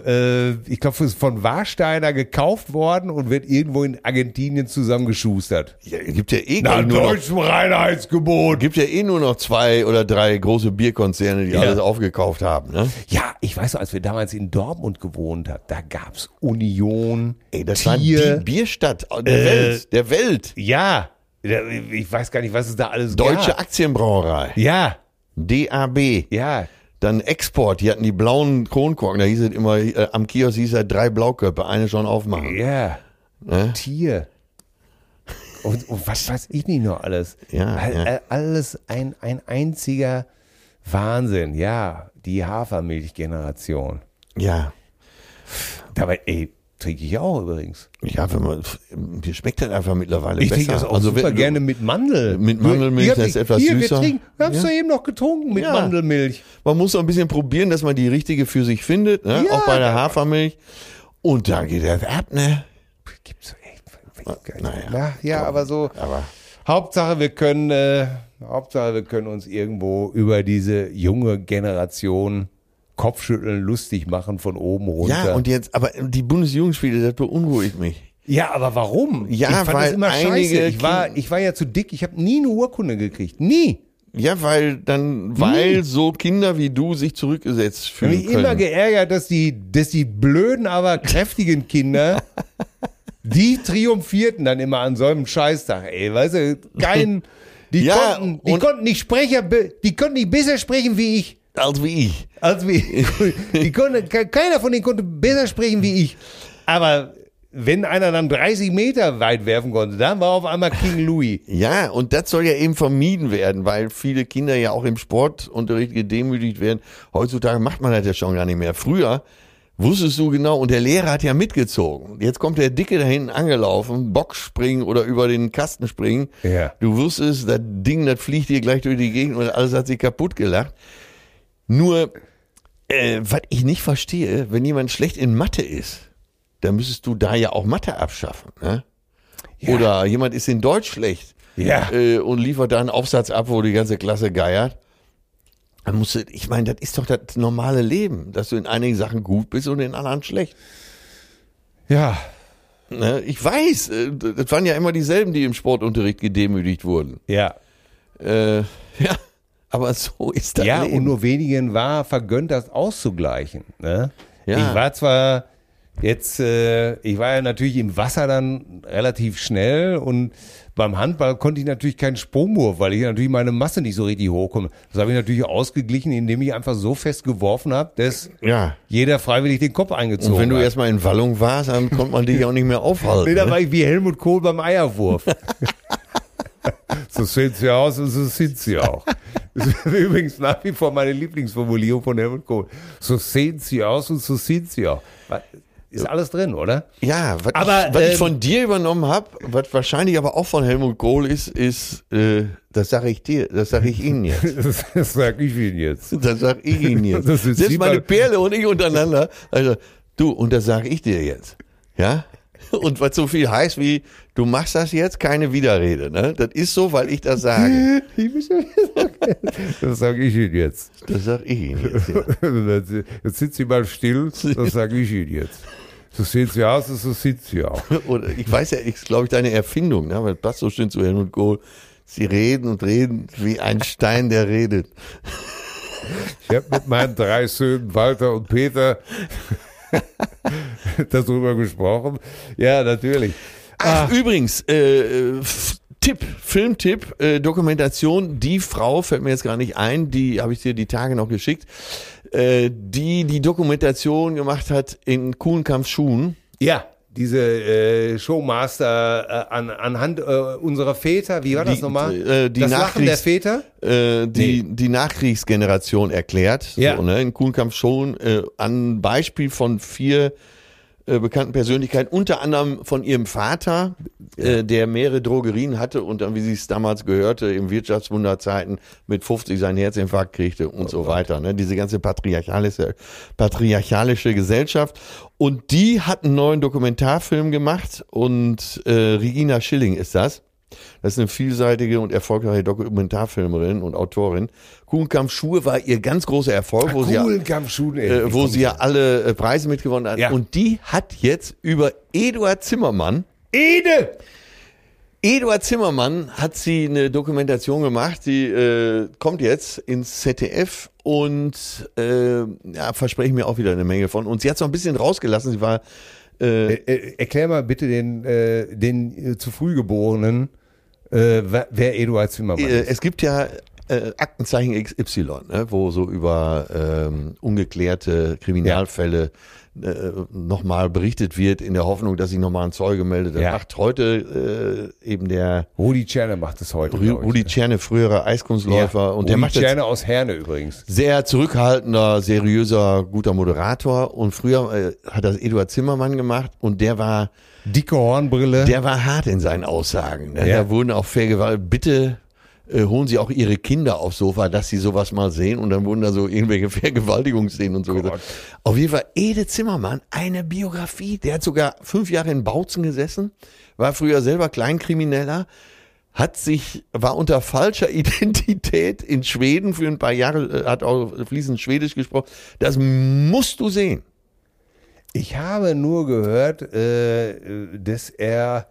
B: äh, ich glaube, von Warsteiner gekauft worden und wird irgendwo in Argentinien zusammengeschustert.
C: Ja, gibt ja eh gar nur noch,
B: Reinheitsgebot.
C: gibt ja eh nur noch zwei oder drei große Bierkonzerne, die
B: Ja.
C: alles aufgekauft haben, ne?
B: Ja, ich weiß noch, als wir damals in Dortmund gewohnt haben, da gab's Union,
C: Ey, das war
B: Tier.
C: die Bierstadt der Welt, der Welt.
B: Äh. ja, da- ich weiß gar nicht, was es da alles
C: Deutsche
B: gab.
C: Aktienbrauerei.
B: Ja,
C: DAB.
B: ja.
C: Dann Export, die hatten die blauen Kronkorken, da hieß es immer, äh, am Kiosk hieß es drei Blauköpfe, eine schon aufmachen. Ne?
B: Ja. Tier. Und, und was weiß ich nicht noch alles.
C: Ja,
B: All-
C: ja.
B: all- Alles ein, ein einziger Wahnsinn. Ja, die Hafermilchgeneration.
C: Ja.
B: Dabei, ey, trinke ich auch übrigens.
C: Ja, wenn man, pf, die schmeckt halt einfach mittlerweile
B: Ich
C: besser. Also,
B: trinke das auch super
C: wenn-
B: gerne Also mit Mandel.
C: Mit Mandelmilch,
B: Ihr habt
C: das ist
B: nicht-
C: etwas
B: hier,
C: süßer.
B: Wir, trinken, wir haben es
C: Ja.
B: ja. eben noch getrunken mit
C: Ja.
B: Mandelmilch.
C: Man muss so ein bisschen probieren, dass man die richtige für sich findet, ne?
B: Ja.
C: auch bei der Hafermilch. Und dann geht das ab, ne?
B: Gibt's echt.
C: Ah, naja.
B: Na, ja, aber so.
C: Aber
B: Hauptsache, wir können, äh, Hauptsache, wir können uns irgendwo über diese junge Generation Kopfschütteln lustig machen von oben runter.
C: ja, und jetzt, aber die Bundesjugendspiele, das beunruhigt mich.
B: ja aber warum?
C: Ja,
B: ich fand
C: weil
B: das immer scheiße.
C: einige
B: Ich war,
C: Kinder-
B: ich war ja zu dick. Ich habe nie eine Urkunde gekriegt. Nie.
C: Ja, weil dann, weil so Kinder wie du sich zurückgesetzt
B: Ich habe
C: fühlen
B: mich Hm. immer
C: können.
B: geärgert, dass die, dass die blöden, aber kräftigen Kinder, die triumphierten dann immer an so einem Scheißtag, ey, weißt du, kein, die,
C: Ja,
B: konnten, die
C: und-
B: konnten nicht Sprecher, be- die konnten nicht besser sprechen wie ich.
C: Also wie ich.
B: Also wie, die konnte, ke- keiner von denen konnte besser sprechen wie ich. Aber wenn einer dann 30 Meter weit werfen konnte, dann war auf einmal King Louis.
C: Ja, und das soll ja eben vermieden werden, weil viele Kinder ja auch im Sportunterricht gedemütigt werden. Heutzutage macht man das ja schon gar nicht mehr. Früher wusstest du genau und der Lehrer hat ja mitgezogen. Jetzt kommt der Dicke da hinten angelaufen, Box springen oder über den Kasten springen.
B: Ja.
C: Du wusstest, das Ding, das fliegt dir gleich durch die Gegend und alles hat sich kaputt gelacht. Nur, äh, was ich nicht verstehe, wenn jemand schlecht in Mathe ist, dann müsstest du da ja auch Mathe abschaffen. Ne? Oder jemand ist in Deutsch schlecht
B: Ja.
C: äh, und liefert da einen Aufsatz ab, wo die ganze Klasse geiert. Dann musst du, ich meine, das ist doch das normale Leben, dass du in einigen Sachen gut bist und in anderen schlecht.
B: Ja.
C: Ne? Ich weiß, äh, das waren ja immer dieselben, die im Sportunterricht gedemütigt wurden.
B: Ja.
C: Äh, ja, aber so ist das
B: Ja,
C: Leben.
B: und nur wenigen war vergönnt, das auszugleichen. Ne?
C: Ja.
B: Ich war zwar jetzt, äh, ich war ja natürlich im Wasser dann relativ schnell und beim Handball konnte ich natürlich keinen Sprungwurf, weil ich natürlich meine Masse nicht so richtig hochkomme. Das habe ich natürlich ausgeglichen, indem ich einfach so fest geworfen habe, dass
C: ja.
B: jeder freiwillig den Kopf eingezogen
C: Und wenn du
B: hat.
C: erstmal in Wallung warst, dann konnte man dich auch nicht mehr aufhalten.
B: Nee, da
C: Ne?
B: war ich wie Helmut Kohl beim Eierwurf. so sieht's ja aus und so sieht's ja auch. Das ist übrigens nach wie vor meine Lieblingsformulierung von Helmut Kohl. So sehen sie aus und so sind sie auch. Was- Ist alles drin, oder?
C: Ja, was,
B: Aber,
C: ich, was ich
B: ähm,
C: von dir übernommen habe, was wahrscheinlich aber auch von Helmut Kohl ist, ist, äh, das sage ich dir, das sage ich Ihnen jetzt.
B: Das, das sag ich Ihnen jetzt.
C: Das sag ich Ihnen jetzt.
B: Das ist
C: Selbst
B: wie
C: meine
B: bei-
C: Perle und ich untereinander. Also, du, und das sag ich dir jetzt. Ja? Und was so viel heißt wie, du machst das jetzt, keine Widerrede. Ne? Das ist so, weil ich das sage.
B: Das sag ich Ihnen jetzt.
C: Das sag ich Ihnen jetzt. Ja.
B: Jetzt sind sie mal still, das sag ich Ihnen jetzt. So sehen sie aus und so sind sie auch.
C: Oder ich weiß ja, ich glaube ich, deine Erfindung, ne? weil das passt so schön zu Helmut Kohl. Sie reden und reden wie ein Stein, der redet.
B: Ich habe mit meinen drei Söhnen Walter und Peter darüber gesprochen. Ja, natürlich.
C: Ach, übrigens, äh, F- Tipp, Filmtipp, äh, Dokumentation, die Frau fällt mir jetzt gar nicht ein, die habe ich dir die Tage noch geschickt, äh, die die Dokumentation gemacht hat in Kuhlenkampfschuhen.
B: Ja, diese äh, Showmaster äh, an, anhand äh, unserer Väter, wie war das
C: Die-
B: nochmal?
C: äh, die
B: das Lachen der
C: Nachkriegs-
B: Väter?
C: Äh, die, die Nachkriegsgeneration erklärt,
B: Ja.
C: so, ne, in Kuhlenkampfschuhen, äh, an Beispiel von vier äh, bekannten Persönlichkeiten, unter anderem von ihrem Vater, äh, der mehrere Drogerien hatte und dann, wie sie es damals gehörte, im Wirtschaftswunderzeiten mit 50 seinen Herzinfarkt kriegte und so weiter. Ne? Diese ganze patriarchalische, patriarchalische Gesellschaft. Und die hat einen neuen Dokumentarfilm gemacht und äh, Regina Schilling ist das. Das ist eine vielseitige und erfolgreiche Dokumentarfilmerin und Autorin. Kuhlenkampf Schuhe war ihr ganz großer Erfolg,
B: Ah,
C: wo sie
B: Kugelkampfschuhen, ey.
C: äh, wo sie ja alle äh, Preise mitgewonnen hat.
B: Ja.
C: Und die hat jetzt über Eduard Zimmermann.
B: Ede!
C: Eduard Zimmermann hat sie eine Dokumentation gemacht, die äh, kommt jetzt ins ZDF und äh, ja, verspreche mir auch wieder eine Menge von. Und sie hat so ein bisschen rausgelassen. Sie war
B: Äh, äh, erklär mal bitte den, äh, den äh, zu früh geborenen, äh, wa- wer Eduard Zimmermann
C: Äh,
B: ist.
C: es gibt ja äh, Aktenzeichen XY, ne, wo so über ähm, ungeklärte Kriminalfälle äh, nochmal berichtet wird, in der Hoffnung, dass sich nochmal ein Zeuge meldet. Das
B: Ja.
C: macht heute äh, eben der
B: Rudi Tscherner macht das heute.
C: Ru-
B: glaub ich.
C: Rudi Tscherne, früherer Eiskunstläufer,
B: ne? Ja.
C: und der
B: Rudi
C: macht jetzt
B: Tscherner aus Herne übrigens.
C: sehr zurückhaltender, seriöser, guter Moderator. Und früher äh, hat das Eduard Zimmermann gemacht und der war
B: Dicke Hornbrille.
C: der war hart in seinen Aussagen. Ne?
B: Ja.
C: Da wurden auch vergewaltigt. Bitte äh, holen Sie auch Ihre Kinder aufs Sofa, dass sie sowas mal sehen. Und dann wurden da so irgendwelche Vergewaltigungsszenen und so gesagt. Auf jeden Fall Ede Zimmermann, eine Biografie. Der hat sogar fünf Jahre in Bautzen gesessen, war früher selber Kleinkrimineller. Hat sich, war unter falscher Identität in Schweden für ein paar Jahre, äh, hat auch fließend Schwedisch gesprochen. Das musst du sehen.
B: Ich habe nur gehört, äh, dass er.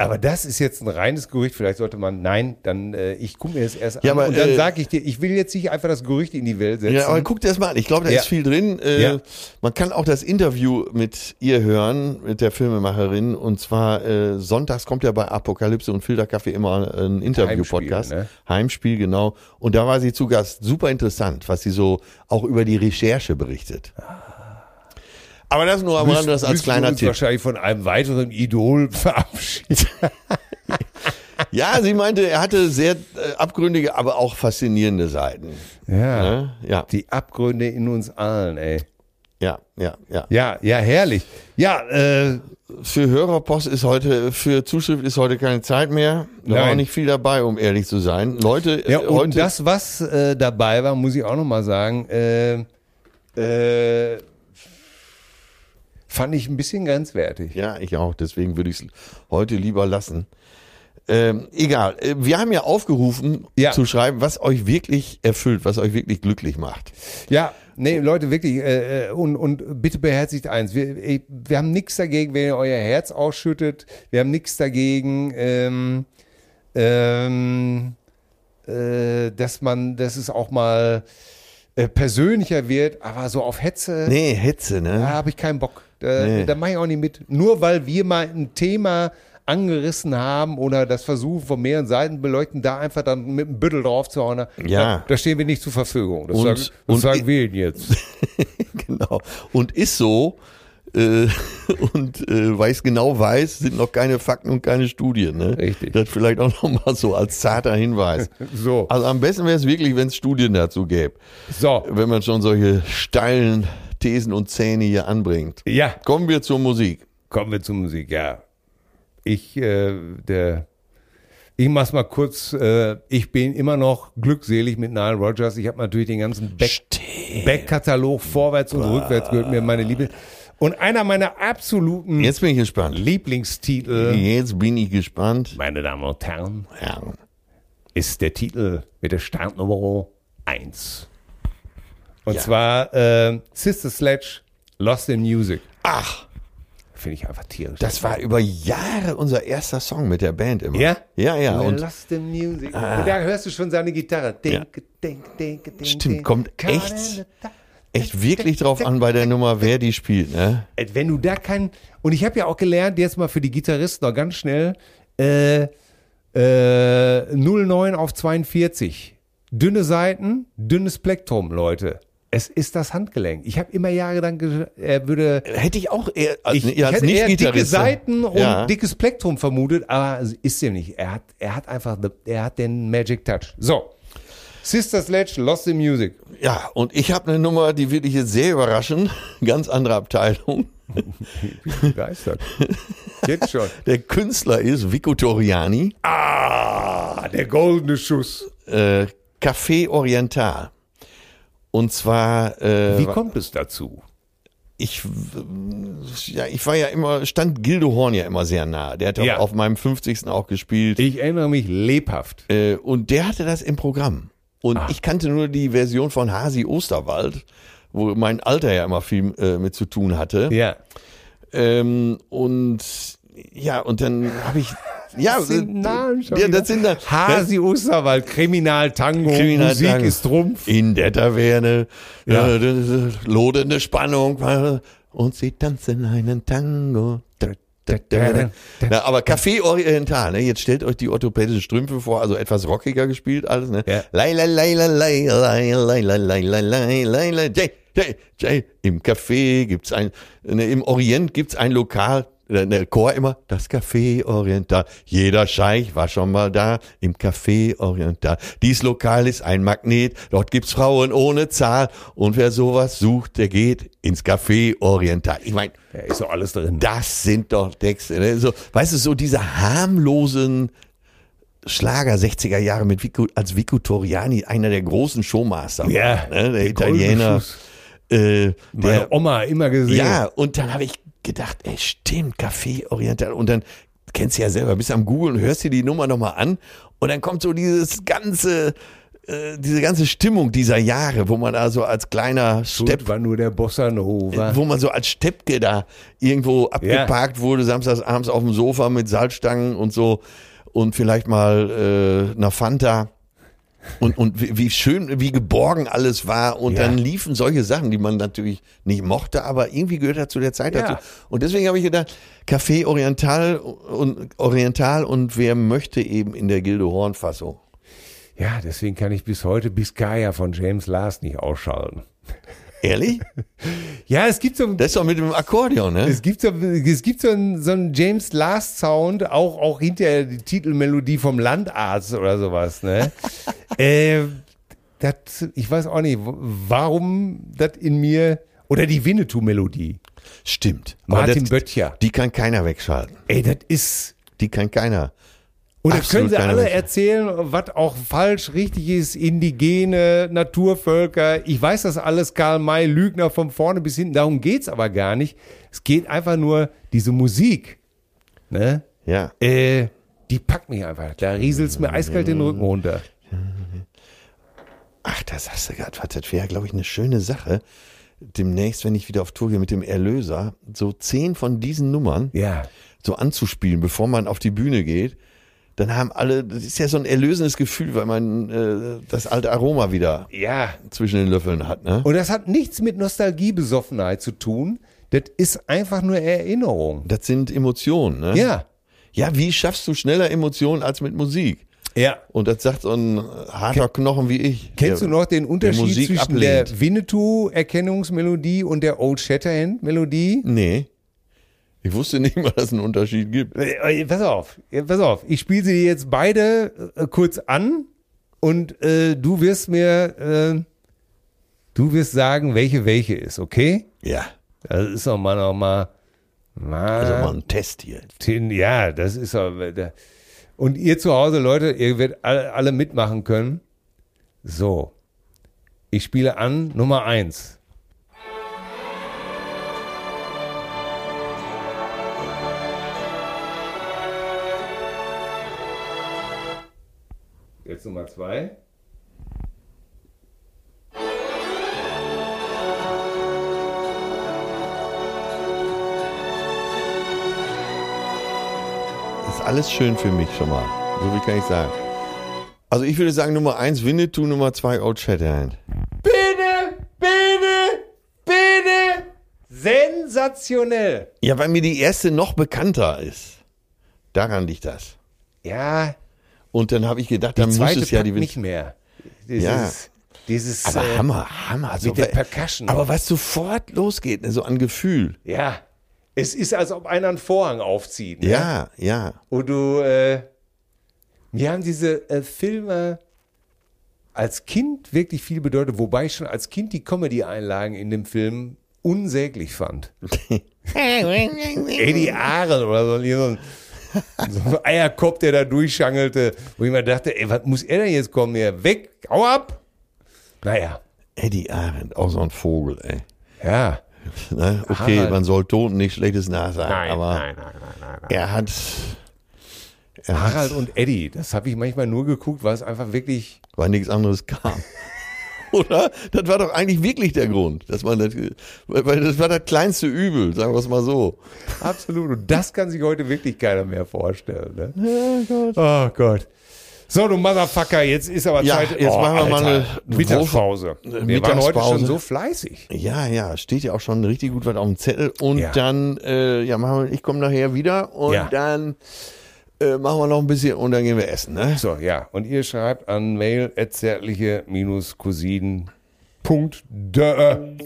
B: Aber das ist jetzt ein reines Gerücht. Vielleicht sollte man. Nein, dann äh, ich gucke mir das erst
C: Ja,
B: an
C: aber,
B: und dann
C: äh,
B: sage ich dir, ich will jetzt nicht einfach das Gerücht in die Welt setzen.
C: Ja, aber guck dir das mal an. Ich glaube, da
B: Ja.
C: ist viel drin. Äh,
B: Ja.
C: Man kann auch das Interview mit ihr hören, mit der Filmemacherin. Und zwar äh, sonntags kommt ja bei Apokalypse und Filterkaffee immer äh, ein Interview-Podcast.
B: Heimspiel,
C: Heimspiel,
B: ne?
C: genau. Und da war sie zu Gast. Super interessant, was sie so auch über die Recherche berichtet.
B: Ah.
C: Aber das nur am
B: Müssen-
C: Rande, das als
B: müssen wir
C: kleiner
B: uns
C: Tipp.
B: wahrscheinlich von einem weiteren Idol verabschieden.
C: Ja, sie meinte, er hatte sehr äh, abgründige, aber auch faszinierende Seiten.
B: Ja.
C: Ne? Ja,
B: Die Abgründe in uns allen, ey.
C: ja, ja, ja.
B: Ja, ja, herrlich. Ja, äh,
C: Für Hörerpost ist heute, für Zuschrift ist heute keine Zeit mehr. Da war
B: Nein.
C: auch nicht viel dabei, um ehrlich zu sein. Leute,
B: ja
C: äh,
B: und
C: heute,
B: das, was äh, dabei war, muss ich auch nochmal sagen, äh, äh, fand ich ein bisschen grenzwertig.
C: ja, ich auch, deswegen würde ich es heute lieber lassen. Ähm, egal, Äh, wir haben ja aufgerufen
B: Ja.
C: zu schreiben, was euch wirklich erfüllt, was euch wirklich glücklich macht.
B: Ja, nee, Leute, wirklich, äh, äh, und, und bitte beherzigt eins. Wir, ich, wir haben nichts dagegen, wenn ihr euer Herz ausschüttet. Wir haben nichts dagegen, ähm, ähm, äh, dass man, dass es auch mal äh, persönlicher wird, aber so auf Hetze,
C: Nee, Hetze,
B: da
C: ne?
B: habe ich keinen Bock. Da,
C: Nee.
B: da mache ich auch nicht mit. Nur weil wir mal ein Thema angerissen haben oder das Versuchen von mehreren Seiten beleuchten, da einfach dann mit einem Büttel drauf zu hauen,
C: Ja.
B: da, da stehen wir nicht zur Verfügung. Das
C: Und-
B: sagen, das
C: und-
B: sagen wir Ihnen jetzt.
C: genau. Und ist so, äh, und äh, weiß genau weiß, sind noch keine Fakten und keine Studien, ne?
B: Richtig.
C: Das vielleicht auch nochmal so als zarter Hinweis.
B: So,
C: Also am besten wäre es wirklich, wenn es Studien dazu gäbe,
B: so.
C: wenn man schon solche steilen Thesen und Zähne hier anbringt.
B: Ja,
C: Kommen wir zur Musik.
B: kommen wir zur Musik. Ja, ich, äh, der, ich mach's mal kurz. Äh, ich bin immer noch glückselig mit Nile Rogers. Ich habe natürlich den ganzen Back, Backkatalog vorwärts und rückwärts gehört mir meine Liebe. Und einer meiner absoluten
C: Jetzt bin ich gespannt.
B: Lieblingstitel,
C: Jetzt bin ich gespannt.
B: Hm. meine Damen und Herren,
C: Ja.
B: ist der Titel mit der Startnummer 1. Und
C: Ja.
B: zwar äh, Sister Sledge, Lost in Music.
C: Ach,
B: Finde ich einfach tierisch.
C: das war über Jahre unser erster Song mit der Band immer.
B: Ja? Ah.
C: Ja, ja. Und
B: Lost in Music. Da hörst du schon seine Gitarre. Denke, denke, denke, denke.
C: Stimmt, kommt echt- echt wirklich drauf an bei der Nummer, wer die spielt, ne?
B: Wenn du da kein. Und ich habe ja auch gelernt, jetzt mal für die Gitarristen noch ganz schnell: äh, äh, 09 auf 42. Dünne Seiten, dünnes Plektrum, Leute. Es ist das Handgelenk. Ich habe immer Jahre dann, ge- er würde.
C: Hätte ich auch eher also als,
B: Ich, ich hätte eher dicke Seiten und
C: ja.
B: dickes Plektrum vermutet, aber ist dem nicht. Er hat, er hat einfach, the- er hat den Magic Touch. So. Sister Sledge, Lost in Music.
C: Ja, und ich habe eine Nummer, die will ich jetzt sehr überraschen. Ganz andere Abteilung.
B: Begeistert. Jetzt schon.
C: Der Künstler ist Vico Toriani.
B: Ah, der goldene Schuss.
C: äh, Café Oriental. Und zwar, äh,
B: Wie kommt es dazu?
C: ich, ja, ich war ja immer, stand Gildo Horn ja immer sehr nah. Der hat auch
B: Ja.
C: auf meinem 50. auch gespielt.
B: Ich erinnere mich lebhaft.
C: Äh, und der hatte das im Programm. Und
B: Ah.
C: ich kannte nur die Version von Hasi Osterwald, wo mein Alter ja immer viel äh, mit zu tun hatte.
B: Ja.
C: Ähm, und ja, und dann habe ich, ja,
B: Das sind
C: äh,
B: Namen schon
C: ja,
B: wieder.
C: das sind dann,
B: Hasi Osterwald, Kriminaltango,
C: Kriminal
B: Musik
C: Tango.
B: ist Trumpf.
C: In der Taverne,
B: Ja.
C: äh, das ist lodernde Spannung. Und sie tanzen einen Tango. Da, Na, aber Café Oriental, ne? jetzt stellt euch die orthopädischen Strümpfe vor, also etwas rockiger gespielt alles. Ne?
B: Ja.
C: Lei, lei, lei, lei, lei, lei, lei, lei, lei, lei, lei, lei, lei, Jay, Jay, Jay. Im Café gibt's ein, ne, im Orient gibt's ein Lokal, äh, ne, Chor immer, das Café Oriental. Jeder Scheich war schon mal da im Café Oriental. Dies Lokal ist ein Magnet, dort gibt's Frauen ohne Zahl. Und wer sowas sucht, der geht ins Café Oriental. Ich meine,
B: Da ist doch alles drin.
C: das sind doch Texte. Ne? So, weißt du, so diese harmlosen Schlager 60er Jahre mit Vico, als Vico Toriani, einer der großen Showmaster,
B: Ja,
C: war, ne? der
B: der goldene
C: Italiener.
B: Schuss.
C: Äh, der,
B: Meine Oma immer gesehen.
C: ja, und dann habe ich gedacht, ey, stimmt, Café Oriental. Und dann kennst du ja selber, bist am Google und hörst dir die Nummer nochmal an. Und dann kommt so dieses ganze, äh, diese ganze Stimmung dieser Jahre, wo man da so als kleiner Stepp
B: Gut war nur der Bossa Nova.
C: wo man so als Steppke da irgendwo abgeparkt wurde, samstags abends auf dem Sofa mit Salzstangen und so und vielleicht mal äh, einer Fanta. Und, und wie, wie schön, wie geborgen alles war. Und
B: Ja.
C: dann liefen solche Sachen, die man natürlich nicht mochte, aber irgendwie gehört das zu der Zeit
B: Ja.
C: dazu. Und deswegen habe ich gedacht, Café Oriental und Oriental und wer möchte eben in der Gilde Horn-Fassung.
B: Ja, deswegen kann ich bis heute Biscaya von James Last nicht ausschalten.
C: Ehrlich?
B: Ja, es gibt so ein
C: Das ist doch mit dem Akkordeon, ne?
B: Es gibt so, es gibt so einen, so einen James Last Sound, auch, auch hinter die Titelmelodie vom Landarzt oder sowas, ne? äh, das, ich weiß auch nicht, w- warum das in mir, oder die Winnetou-Melodie.
C: Stimmt.
B: Martin
C: das-
B: Böttcher.
C: Die kann keiner wegschalten.
B: Ey, das ist,
C: Die kann keiner.
B: und das
C: Absolut
B: können sie
C: keine
B: alle
C: Menschen.
B: erzählen, was auch falsch, richtig ist, indigene, Naturvölker, ich weiß das alles, Karl May, Lügner von vorne bis hinten, darum geht's aber gar nicht. Es geht einfach nur, diese Musik, ne?
C: Ja.
B: Äh, die packt mich einfach. Da rieselt's mir eiskalt den Rücken runter.
C: Ach, da sagst du gerade, was, das wäre, glaube ich, eine schöne Sache. Demnächst, wenn ich wieder auf Tour gehe mit dem Erlöser, so zehn von diesen Nummern
B: Ja.
C: so anzuspielen, bevor man auf die Bühne geht, dann haben alle, das ist ja so ein erlösendes Gefühl, weil man äh, das alte Aroma wieder
B: Ja.
C: zwischen den Löffeln hat. Ne?
B: Und das hat nichts mit Nostalgiebesoffenheit zu tun. Das ist einfach nur Erinnerung.
C: Das sind Emotionen. Ne?
B: Ja.
C: ja, wie schaffst du schneller Emotionen als mit Musik?
B: Ja.
C: Und das sagt so ein harter Knochen wie ich.
B: Kennst
C: der-
B: du noch den Unterschied
C: Musik
B: zwischen
C: ablehnt.
B: der Winnetou-Erkennungsmelodie und der Old Shatterhand-Melodie?
C: Nee. Ich wusste nicht mal, dass es einen Unterschied gibt.
B: Äh, äh, Pass auf, äh, pass auf. Ich spiele sie dir jetzt beide äh, kurz an und äh, du wirst mir, äh, du wirst sagen, welche welche ist, okay?
C: Ja.
B: Das ist doch mal noch mal.
C: Also
B: mal
C: mal ein Test hier.
B: den, ja, das ist doch. da- Und ihr zu Hause, Leute, ihr werdet alle, alle mitmachen können. So. Ich spiele an Nummer eins. Jetzt Nummer zwei.
C: Das ist alles schön für mich schon mal. So viel kann ich sagen. Also ich würde sagen, Nummer 1 Winnetou, Nummer 2 Old Shatterhand.
B: Bitte, bitte, bitte. Sensationell.
C: Ja, weil mir die erste noch bekannter ist. Daran liegt das.
B: Ja,
C: Und dann habe ich gedacht, dann muss
B: zweite
C: es ja
B: packt
C: die
B: nicht
C: Winnetou.
B: mehr.
C: Ja.
B: Dieses, dieses
C: Aber
B: äh,
C: Hammer, Hammer. So,
B: mit der
C: weil-
B: Percussion.
C: aber was sofort losgeht, ne, so an Gefühl.
B: ja, es ist, als ob einer einen Vorhang aufzieht. Ne?
C: Ja, ja.
B: Und du, äh, mir haben diese äh, Filme als Kind wirklich viel bedeutet, wobei ich schon als Kind die Comedy-Einlagen in dem Film unsäglich fand. Eddie Arendt oder so, hier so ein, so ein Eierkopf, der da durchschangelte, wo ich mir dachte, ey, was muss er denn jetzt kommen hier? Weg, hau ab! Naja,
C: Eddie Arendt, auch so ein Vogel, ey.
B: ja.
C: Ne? Okay,
B: Harald.
C: man soll Toten nicht schlechtes Nah sagen,
B: Nein,
C: aber
B: nein, nein, nein, nein, nein.
C: er hat. Er hat-
B: Harald und Eddie, das habe ich manchmal nur geguckt, weil es einfach wirklich.
C: weil nichts anderes kam. Oder? Das war doch eigentlich wirklich der Grund, dass man das, weil das war das kleinste Übel, sagen wir es mal so.
B: Absolut. Und das kann sich heute wirklich keiner mehr vorstellen. Ne? Oh Gott. So, du Motherfucker, jetzt ist aber
C: Ja,
B: Zeit. Oh,
C: jetzt machen wir mal eine
B: Mittagspause. Wir waren heute
C: Mittagspause.
B: schon so fleißig.
C: Ja, ja, steht ja auch schon richtig gut was auf dem Zettel. Und
B: Ja.
C: dann, äh, ja, machen wir, ich komme nachher wieder und
B: Ja.
C: dann äh, machen wir noch ein bisschen und dann gehen wir essen, ne?
B: So, ja. Und ihr schreibt an mail zärtliche cousinen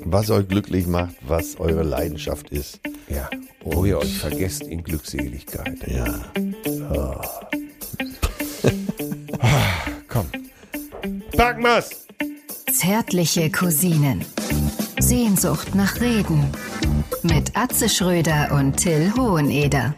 C: Was euch glücklich macht, was eure Leidenschaft ist.
B: Ja. Wo ihr euch vergesst in Glückseligkeit.
C: Ja.
B: Komm. Backmas!
A: Zärtliche Cousinen. Sehnsucht nach Reden. Mit Atze Schröder und Till Hoheneder.